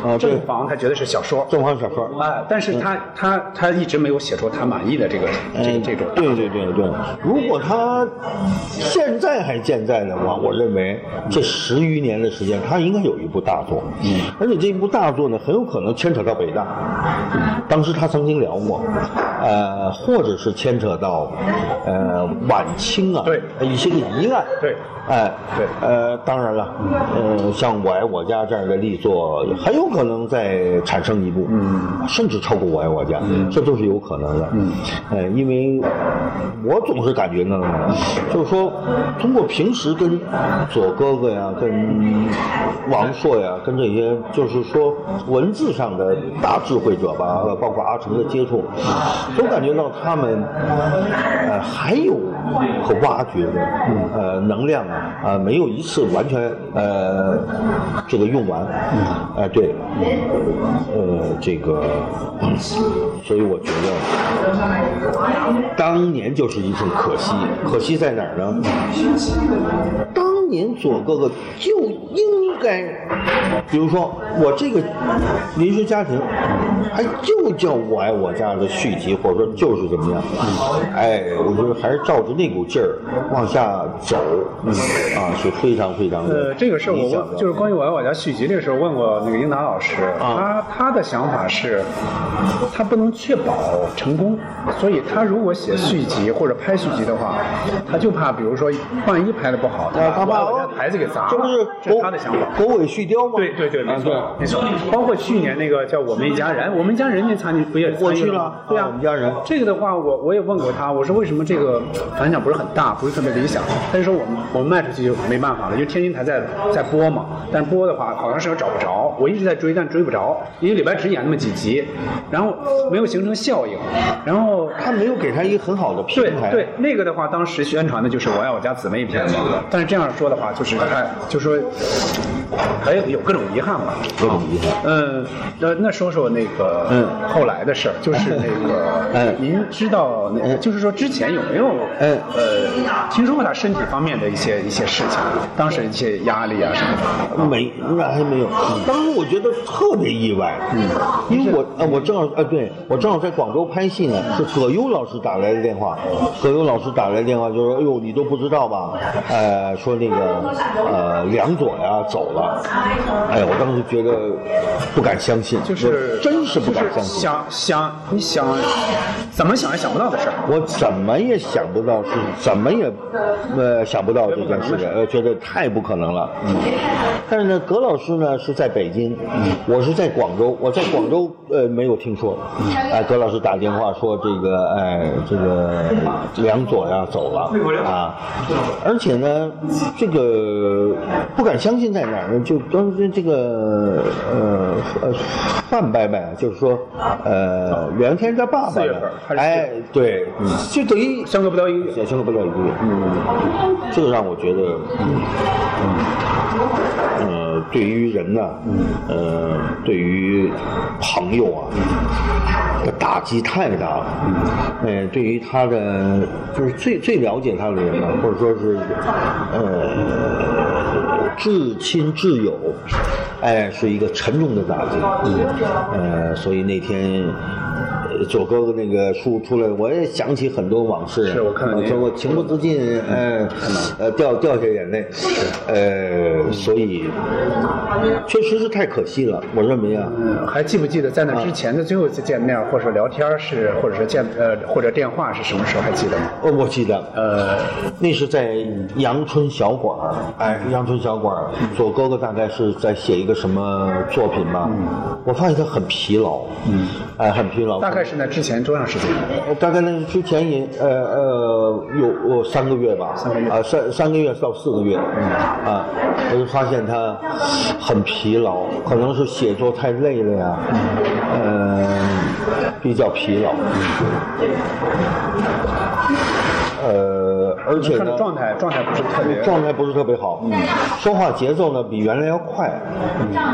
啊对的，正房他觉得是小说，正方小说，啊，但是他他他一直没有写出他满意的这个这个这种嗯，对对对对，如果他现在还健在的话，我认为这十余年的时间，他应该有一部大作。嗯，而且这一部大作呢，很有可能牵扯到北大。嗯当时他曾经聊过，呃，或者是牵扯到呃晚清啊，对一些个疑案，对哎，对呃，当然了，呃，像我爱我家这样的力作，很有可能再产嗯生一部，嗯，甚至超过我爱我家，这都是有可能的，嗯，呃，因为我总是感觉呢，就是说，通过平时跟左哥哥呀、跟王朔呀、跟这些，就是说文字上的大智慧者吧，包括阿成的接触，都感觉到他们，呃，还有可挖掘的，呃，能量啊，啊、没有一次完全呃这个用完，哎、对，呃，这个，嗯所以我觉得。当年就是一份可惜，可惜在哪儿呢？当年左哥哥就应该，比如说我这个临时家庭，还就叫我爱我家的续集，或者说就是怎么样，哎，我觉得还是照着那股劲儿往下走，嗯啊，是非常非常的呃，这个事儿我理想的问，就是关于《我爱我家》续集这个事儿，问过那个英达老师，啊他他的想法是，他不能确保成功，所以他如果写续集或者拍续集的话，他就怕比如说万一拍的不好，啊他怕把我爱我家牌子给砸了，这不是这是他的想法。狗狗尾续貂吗？对对对，没啊错、没错，包括去年那个叫《我们一家人》，我们一家人那参与不也我参与去吗了对呀、啊我们一家人这个的话，我我也问过他，我说为什么这个反响不是很大，不是特别理想？他就说我们我们卖出去就没办法了，因为天津台在在播嘛，但播的话好长时间找不着，我一直在追，但追不着，一个礼拜只演那么几集，然后没有形成效应，然后他没有给他一个很好的平对台。对，那个的话，当时宣传的就是《我爱我家姊妹篇》嘛。但是这样说的话，就是哎，就说，哎，有各种遗憾吧。各种遗憾。嗯，那那说说那个嗯后来的 事儿，就是那个，嗯您知道那，嗯就是说之前有没有，嗯呃，听说过他身体方面的一些一些事情，啊当时一些压力啊什嗯么的。没，那还没有。当时我觉得特别意外，嗯，因为我啊，我正好啊，对我正好在广州拍戏呢，是葛优老师打来的电话，葛优老师打来的电话就说，哎呦，你都不知道吧？呃，说那个呃梁左呀走了，哎呀，我当时觉得不敢相信，就是我真是不敢就是相信。想想你想怎么想也想不到的事儿。我怎么也想不到是，怎么也呃想不到这件事情，呃，觉得太不可能了。嗯，但是呢，葛老师呢是在北京，嗯我是在广州，我在广州呃没有听说。嗯哎、葛老师打电话说这个哎这个呃梁左呀走了啊，而且呢这个不敢相信在哪儿呢？就当时这个呃呃范伯伯啊，就是说呃梁天他爸爸四月呢份还，是哎对，就等于相隔不到一个月，小青不了一个月，嗯，这个让我觉得，嗯，呃，对于人呐、呃，对于朋友啊，的打击太大了，呃，对于他的就是最最了解他的人呢、或者说是，呃，至亲至友。哎，是一个沉重的打击，嗯呃，所以那天呃左哥哥那个书出来，我也想起很多往事，是我看到嗯您就我情不自禁，呃，呃，掉掉下眼泪，呃，所以确实是太可惜了，我认为啊，嗯，还记不记得在那之前的最后一次见面，或者说聊天是，或者是见呃，或者电话是什么时候？还记得吗？哦，我记得，呃，那是在阳春小馆儿，哎，阳春小馆儿，左哥哥大概是在写一个什么作品吧，我发现他很疲劳，嗯，哎，很疲劳，大概是那之前多长时间？呃大概那之前也呃呃有有三个月吧，三个月啊三三个月到四个月，啊，我就发现他很疲劳，可能是写作太累了呀，嗯、比较疲劳，呃，而且看呢着。状态，状态不是特别。状态不是特别好，嗯，说话节奏呢比原来要快，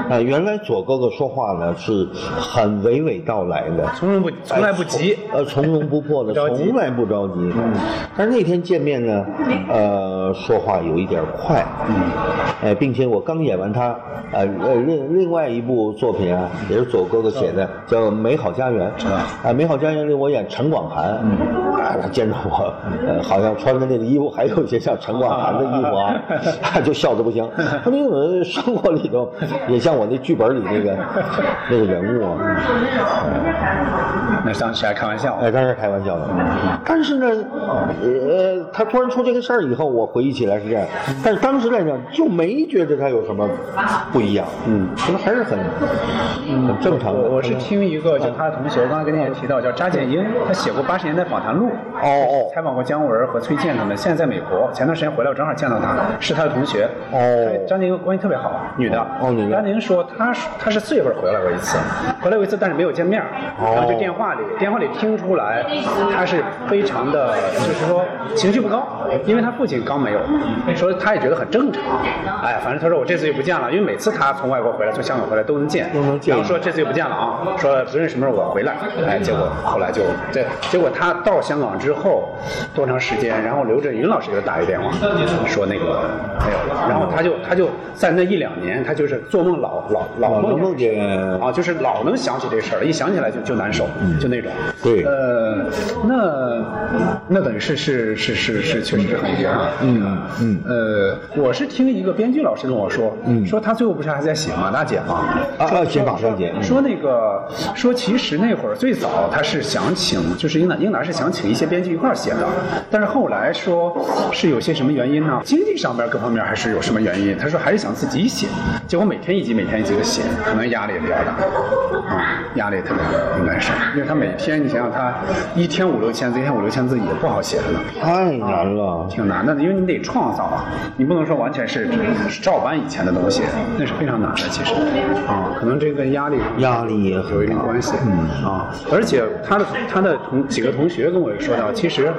啊，原来左哥哥说话呢是很娓娓道来的，从容不从来不急，呃，从容不迫的，不着急嗯从来不着急。但是那天见面呢，呃，说话有一点快，嗯呃，并且我刚演完他，呃呃，另另外一部作品啊，也是左哥哥写嗯的，叫《美好嗯家园》啊，《美好家园》里我演陈广寒，啊，他见到我，呃，好像穿的那个衣服，还有一些像陈广涵的衣服啊，他 就笑得不 行。他那种生活里头也像我那剧本里那个那个人物啊。嗯那当时还开玩笑，啊哎，当然是开玩笑的，但是呢，呃，他突然出这个事儿以后，我回忆起来是这样，但是当时来讲就没觉得他有什么不一样，嗯，可能还是很很正常的。嗯呃我我是听一哦个就他的同学，我刚才跟你也提到，叫查建英，他写过八十年代访谈录，哦哦采访过姜文和崔健他们，现在在美国。前段时间回来，我正好见到他，是他的同学。哦他张建英关系特别好，女的。哦女的张建英说，她是她是四月份回来过一次，回来过一次，但是没有见面，哦然后就电话里电话里听出来，她是非常的，就是说情绪不高，因为她父亲刚没有，说她也觉得很正常。哎，反正她说我这次就不见了，因为每次她从外国回来，从香港回来都能见，都能见然后说这次就不见了啊，说不认识什么时候我回来，哎，结果后来就这，结果他到香港之后多长时间，然后刘震云老师给他打一电话，说那个没有了，然后他就他就在那一两年，他就是做梦老老老老能梦梦见啊，就是老能想起这事儿，一想起来就就难受，就那种。嗯对呃，那那等于是是是是是，确实是很遗憾。嗯嗯呃，我是听一个编剧老师跟我说，嗯说他最后不是还在写马大姐吗？啊啊，写马上姐，嗯说那个，说其实那会儿最早他是想请，就是英达，英达是想请一些编剧一块儿写的，但是后来说是有些什么原因呢？经济上边各方面还是有什么原因？他说还是想自己写，结果每天一集每天一集的写，可能压力也比较大，啊、压力也特别大，应该是，因为他每天你想想他一天五六千字，一天五六千字也不好写了呢。太难了。挺难的，因为你得创造啊，你不能说完全是照搬以前的东西，那是非常难的。其实，啊，可能这个压力压力也很大有一定关系，嗯啊，而且他的他的同几个同学跟我也说到，其实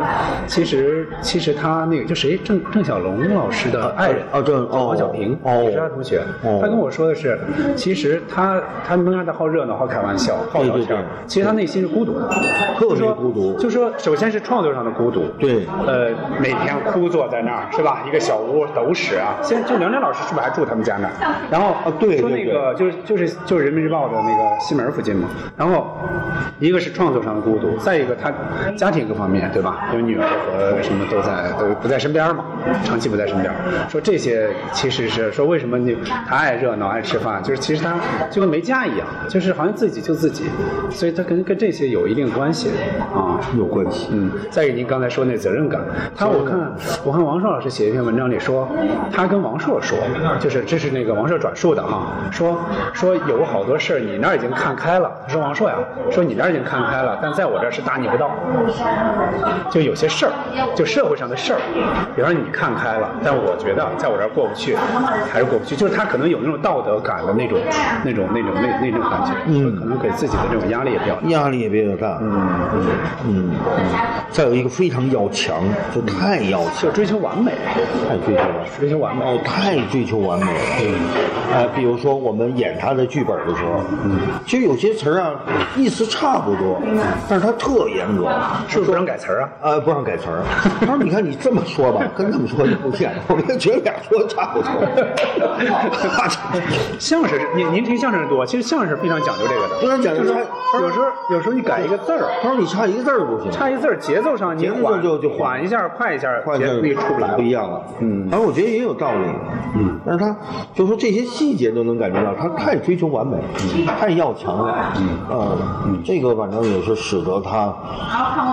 其实其实他那个就谁郑郑晓龙老师的爱人哦郑哦王小平哦也是他同学，哦他跟我说的是，其实他他们爱他好热闹，好开玩笑，好聊对对天对，其实他内心是孤独的，特别就说孤独就说首先是创作上的孤独，对呃，每天枯坐在那儿是吧？一个小屋斗屎啊！现在就梁亮老师是不是还住他们家那儿？然后啊对说对那个就是就是就是人民日报的那个西门附近嘛。然后一个是创作上的孤独，再一个他家庭各方面对吧？因为女儿和什么都在都不在身边嘛，长期不在身边。说这些其实是说为什么你他爱热闹爱吃饭，就是其实他就跟没家一样，就是好像自己就自己，所以他跟跟这些有一定关系啊。有关系，嗯，再一个您刚才说那责任感，他我看我看王朔老师写一篇文章里说，他跟王朔说，就是这是那个王朔转述的哈，说说有好多事儿你那儿已经看开了，他说王朔呀，说你那儿已经看开了，但在我这儿是大逆不道，就有些事儿，就社会上的事儿，比方说你看开了，但我觉得在我这儿过不去，还是过不去，就是他可能有那种道德感的那种那种那种那那种感觉，嗯可能给自己的这种压力也比较大。压力也比较大。嗯嗯，再有一个非常要强，就太要强，就追求完美，太追求了。追求完美。哦，太追求完美了。嗯，比如说我们演他的剧本的时候，嗯，其实有些词儿啊，意思差不多，但是他特严格。嗯是不是不让改词儿啊？呃，不让改词儿。他说：“你看你这么说 吧，跟这么说就不见了。我们觉得俩说差不多。相声是，您您听相声多，其实相声是非常讲究这个的。不能讲究就是他说有时候有时候你改一个字儿，他说：“你差一个字儿都不行。”差一字儿，节奏上你节奏缓就就缓一下，快一下，换节奏成你出不来了不一。样了。嗯反正我觉得也有道理。嗯，但是他就说这些细节都能感觉到，嗯他太追求完美，太要强了。嗯，呃，这个反正也是使得他，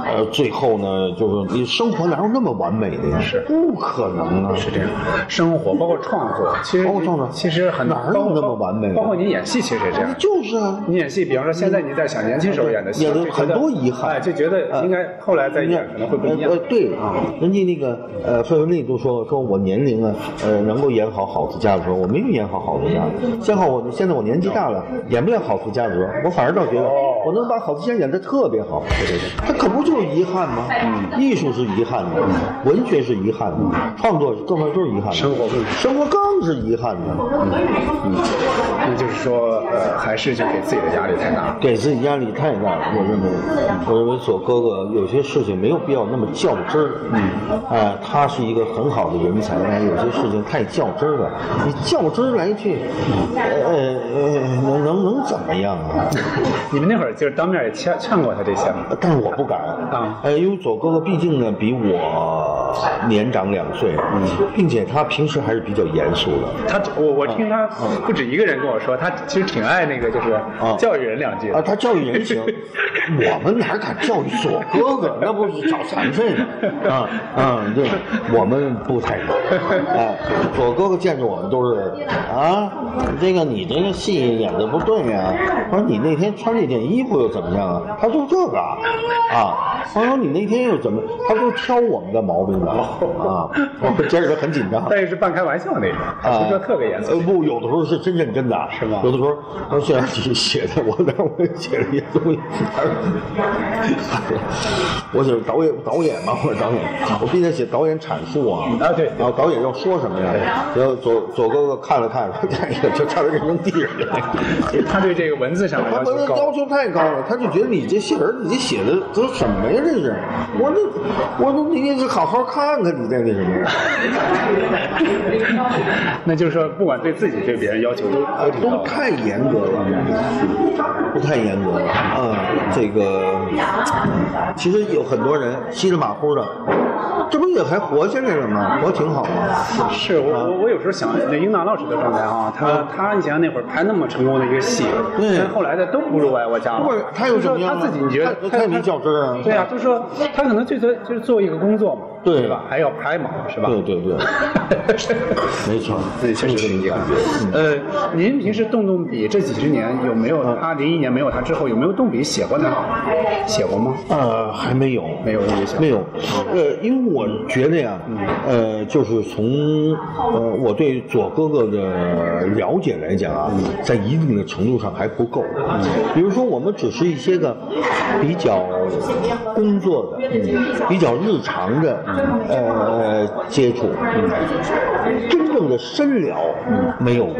呃，最后呢，就是你生活哪有那么完美的呀？是不可能啊！是这样，生活包括创作，其实包括创作其实很哪儿有包括那么完美啊包括你演戏其实也这样。就是啊。你演戏，比方说现在你在想年轻时候演的戏，哎演的就觉很得多遗憾，哎，就觉得应该后来再人家演可能会不一样呃，。对啊，人家那个呃，费雯丽都说说我年龄啊，呃，能够演好郝思嘉的时候，我没有演好郝思嘉。幸好我现在我年纪大了，演不了郝思嘉的时候，我反而倒觉哦得我能把郝思嘉演得特别好。对对对，他可不就是遗憾吗？嗯艺术是遗憾的，文学是遗憾的，创作各方面都是遗憾的，生活更是生活更是遗憾的。哎那就是说，呃，还是就给自己的压力太大。给自己压力太大了，我认为，我认为左哥哥有些事情没有必要那么较真儿。嗯，哎、他是一个很好的人才，但是有些事情太较真儿了。你较真儿来去，呃呃，能能能怎么样啊？你们那会儿就是当面也劝劝过他这些吗？但是我不敢啊哎，因为左哥哥毕竟呢比我年长两岁，并且他平时还是比较严肃的。他我我啊听他不止一个人跟我说，他其实挺爱那个，就是教育人两句的啊，他教育人行，我们哪敢教育我哥哥？那不是找残废吗？啊啊，对，我们不太敢。哎，我哥哥见着我们都是啊，这个你这个戏演的不对呀、我说你那天穿这件衣服又怎么样啊？他说这个啊啊，我说你那天又怎么？他都挑我们的毛病的啊，我们真是很紧张。但是是半开玩笑那种，啊他不是说特别严肃。呃，不，有的时候是真认真的，啊是吗有的时候，他说虽然你写的，我但我也写了一些东西，他说我写导演导演嘛，我是导演，我必须得写导演阐述啊，啊对然后导演要说什么呀？然后左左哥哥看了看，说这个就差点给扔地上去 了。他对这个文字上的他要文求人要高，求太高了，他就觉得你这戏文儿你这写的都什么呀？这是，我说我说你得好好看看你这那什么呀。啊那就是说不管对自己对别人要求都呃都，挺都高的。太严格了，都太严格了。嗯，这个其实有很多人稀里马虎的，这不也还活下来了吗？活挺好吗？是我啊我我有时候想那英达老师的状态啊，他他以前那会儿拍那么成功的一个戏，对但后来的都不入歪我家嗯不是了。他有什么样他呢自己你觉得他他也没较真儿啊对啊，就是说他可能最多就是做一个工作嘛，对吧？还要拍嘛，是吧？对对对， 没错，对，确实是这样。呃，您平时动动笔，这几十年有没有他零一年没有他之后有没有动笔写过呢？写过吗？呃，还没有，没有没有写。没有，呃，因为我觉得呀，呃，就是从呃我对左哥哥的了解来讲啊，在一定的程度上还不够。比如说，我们只是一些个比较工作的、比较日常的呃接触，真正的深聊没有过。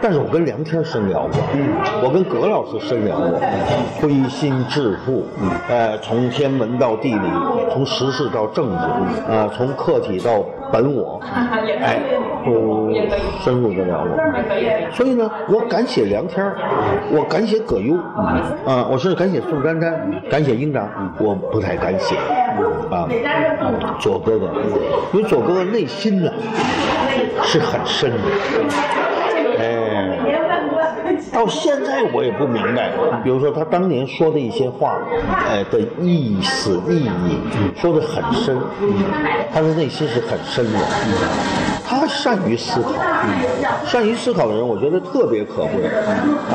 但是我跟梁天深聊过，我跟葛老师深聊过，推心置腹，呃，从天文到地理，从时事到政治，呃，从客体到本我，哎，都深入的聊过。所以呢，我敢写梁天儿，我敢写葛优，啊、我甚至敢写宋丹丹，敢写英达，我不太敢写，啊，左哥哥，因为左哥哥内心呢是很深的，哎。到现在我也不明白，比如说他当年说的一些话，哎的意思意义，说的很深，他的内心是很深的，他善于思考，善于思考的人，我觉得特别可贵，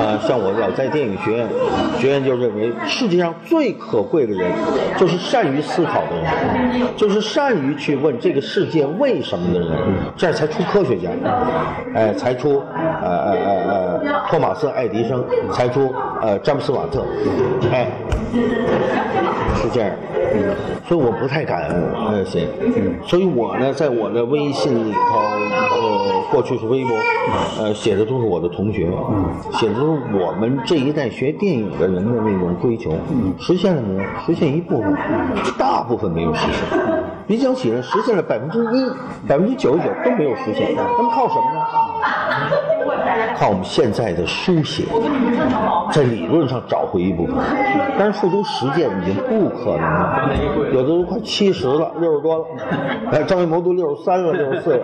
啊，像我老在电影学院，学院就认为世界上最可贵的人，就是善于思考的人，就是善于去问这个世界为什么的人，这样才出科学家，哎，才出呃呃呃呃托马斯爱迪生，才出呃詹姆斯瓦特，哎，是这样，嗯所以我不太敢呃写，所以我呢，在我的微信里头，呃，过去是微博，呃，写的都是我的同学，写的都是我们这一代学电影的人的那种追求，实现了没有？实现一部分，大部分没有实现。比较起来，实现了百分之一、百分之九十九都没有实现，那么靠什么呢？靠我们现在的书写，在理论上找回一部分，但是付诸实践已经不可能了。有的都快七十了，六十多了，哎，张艺谋都六十三了，六十四了，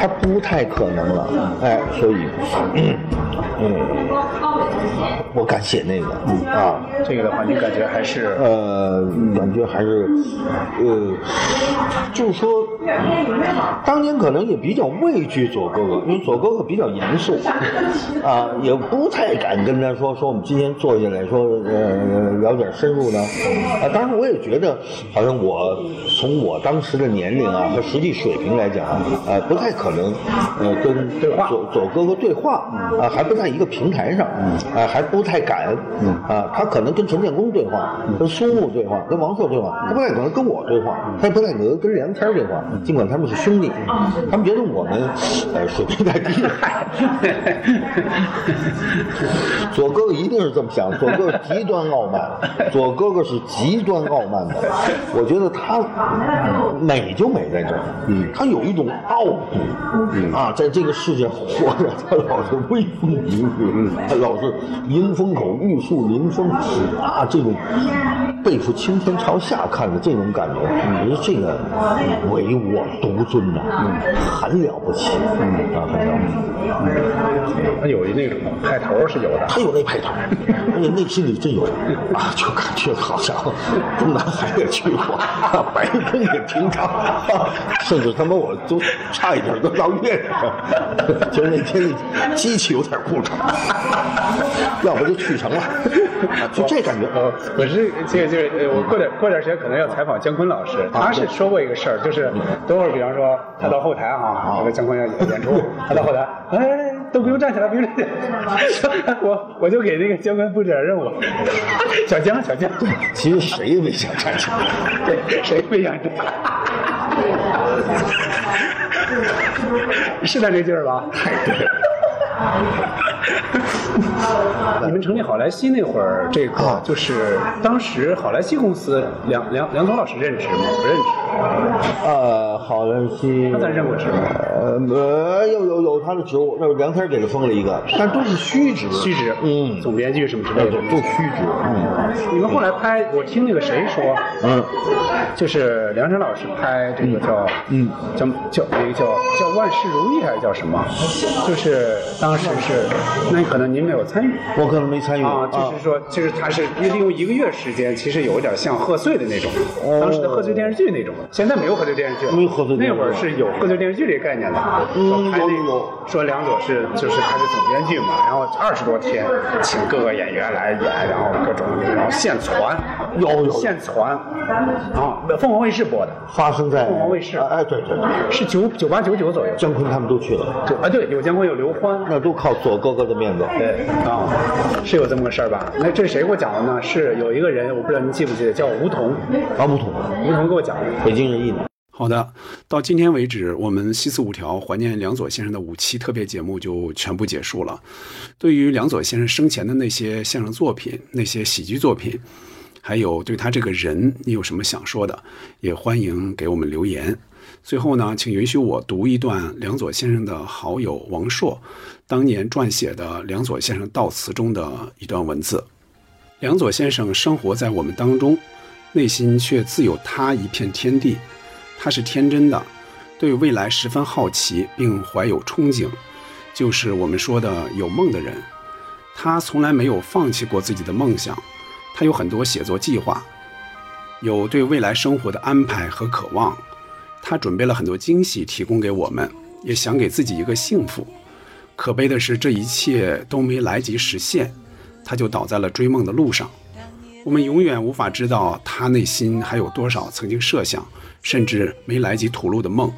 他不太可能了。哎，所以，嗯，嗯我敢写那个啊。这个的话，你感觉还是呃，感觉还是，呃，就是说，当年可能也比较畏惧左哥哥，因为左哥哥比较严肃，啊，也不太敢跟他说说我们今天坐下来说呃聊点深入的，啊，当然我也觉得好像我从我当时的年龄啊和实际水平来讲啊，呃，不太可能，呃，跟对话左左哥哥对话啊，还不在一个平台上，嗯啊，还不太敢啊，他可能跟陈建功嗯嗯对话，跟苏木对话，跟王朔对话，他不太可能跟我对话，他也不太可能跟梁天对话，尽管他们是兄弟，他们觉得我们呃水平太 低。左哥哥一定是这么 想，左哥哥极端傲慢，左哥哥是极端傲慢的。我觉得他美就美在这儿，嗯，他有一种傲骨，嗯啊，在这个世界活着，他老是威风凛凛，他老是迎风口玉树临风啊，这种背负青天朝下看的这种感觉，我觉得这个唯我独尊呐、很了不起，嗯啊，很了不起。他呃有那种派头是有的。他有那派头， 而且内心里真有啊，就感觉好像中南海也去过， 白宫也平常， 甚至他妈我都差一点都到月亮上， 就是那天机器有点故障， 要不就去成了， 啊就这感觉。呃，我是这个这个，呃我过点过点时间可能要采访姜昆老师，他是说过一个事儿，就是等会儿比方说他到后台啊，我姜昆要演出，他到后台，哎，都不用站起来，不用站起来， 我我就给那个姜昆布置点任务， 小姜小姜，其实谁也没想站 起来，对， 谁没想这样？是他这劲儿吧？你们成立好莱坞那会儿，这个就是当时好莱坞公司梁梁梁总老师任职吗？不认识，呃，好了，西他担任过职吗？呃呃，有有有他的职务，那梁天给他封了一个，但都是虚职，虚职，嗯总编剧什么之那类的种。都虚职，嗯你们后来拍，我听那个谁说，嗯，就是梁山老师拍这个叫，嗯叫叫那个叫叫万事如意还是叫什么？就是当时是，那可能您没有参与。我可能没参与啊，就是说，就是他是利用一个月时间，其实有一点像贺岁的那种，当时的贺岁电视剧那种。现在没有贺岁电视剧了，哦没有贺岁电视剧那会儿是有贺岁电视剧这个概念的。嗯拍那有有说梁左是就是他是总编剧嘛，然后二十多天请各个演员来演，然后各种然后现传，有有有现传，啊，凤凰卫视播的，发生在凤凰卫视哎，哎对对对，是九九八九九左右。姜昆他们都去了，对啊，对，有姜昆，有刘欢，那都靠左哥哥的面子。对啊、是有这么个事儿吧？那这是谁给我讲的呢？是有一个人，我不知道您记不记得，叫吴桐，王不同，吴桐给我讲的。北京人艺的。好的，到今天为止，我们西四五条怀念梁左先生的五期特别节目就全部结束了。对于梁左先生生前的那些相声作品、那些喜剧作品，还有对他这个人，你有什么想说的，也欢迎给我们留言。最后呢，请允许我读一段梁左先生的好友王朔当年撰写的《梁左先生悼词》中的一段文字。梁左先生生活在我们当中，内心却自有他一片天地。他是天真的，对未来十分好奇，并怀有憧憬，就是我们说的有梦的人。他从来没有放弃过自己的梦想，他有很多写作计划，有对未来生活的安排和渴望。他准备了很多惊喜提供给我们，也想给自己一个幸福。可悲的是，这一切都没来及实现，他就倒在了追梦的路上。我们永远无法知道他内心还有多少曾经设想，甚至没来及吐露的梦。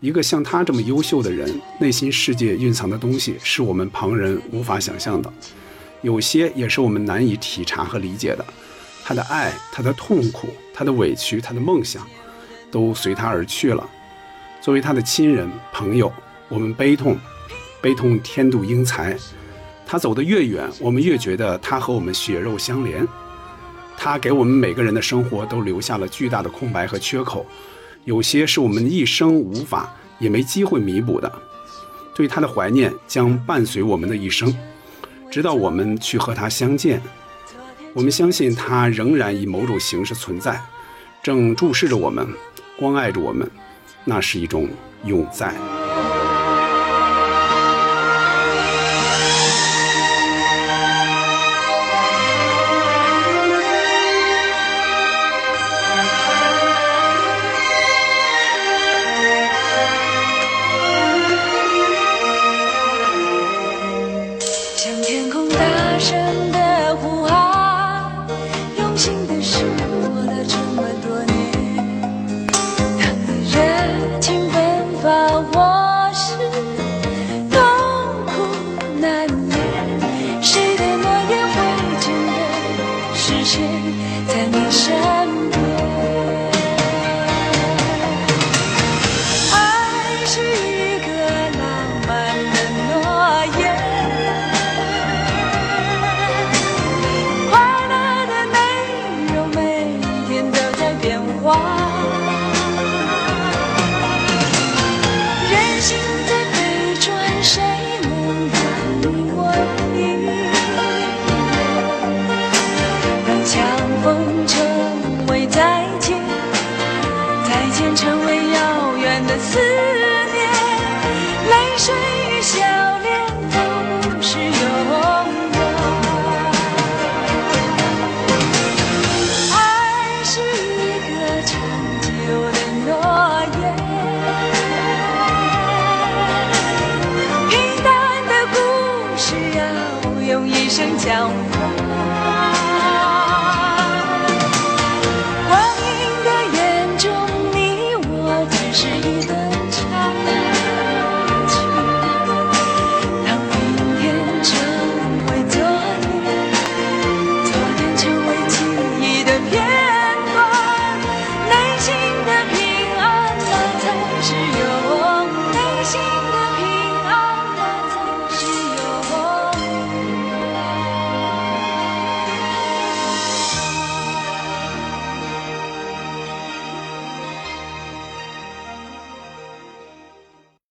一个像他这么优秀的人，内心世界蕴藏的东西是我们旁人无法想象的，有些也是我们难以体察和理解的。他的爱，他的痛苦，他的委屈，他的梦想，都随他而去了。作为他的亲人、朋友，我们悲痛，悲痛天妒英才。他走得越远，我们越觉得他和我们血肉相连。它给我们每个人的生活都留下了巨大的空白和缺口，有些是我们一生无法也没机会弥补的。对它的怀念将伴随我们的一生，直到我们去和它相见。我们相信它仍然以某种形式存在，正注视着我们，关爱着我们，那是一种永在。向天空大声的呼喊，用心的是我的这么多年，他的热情奔放我。声江湖。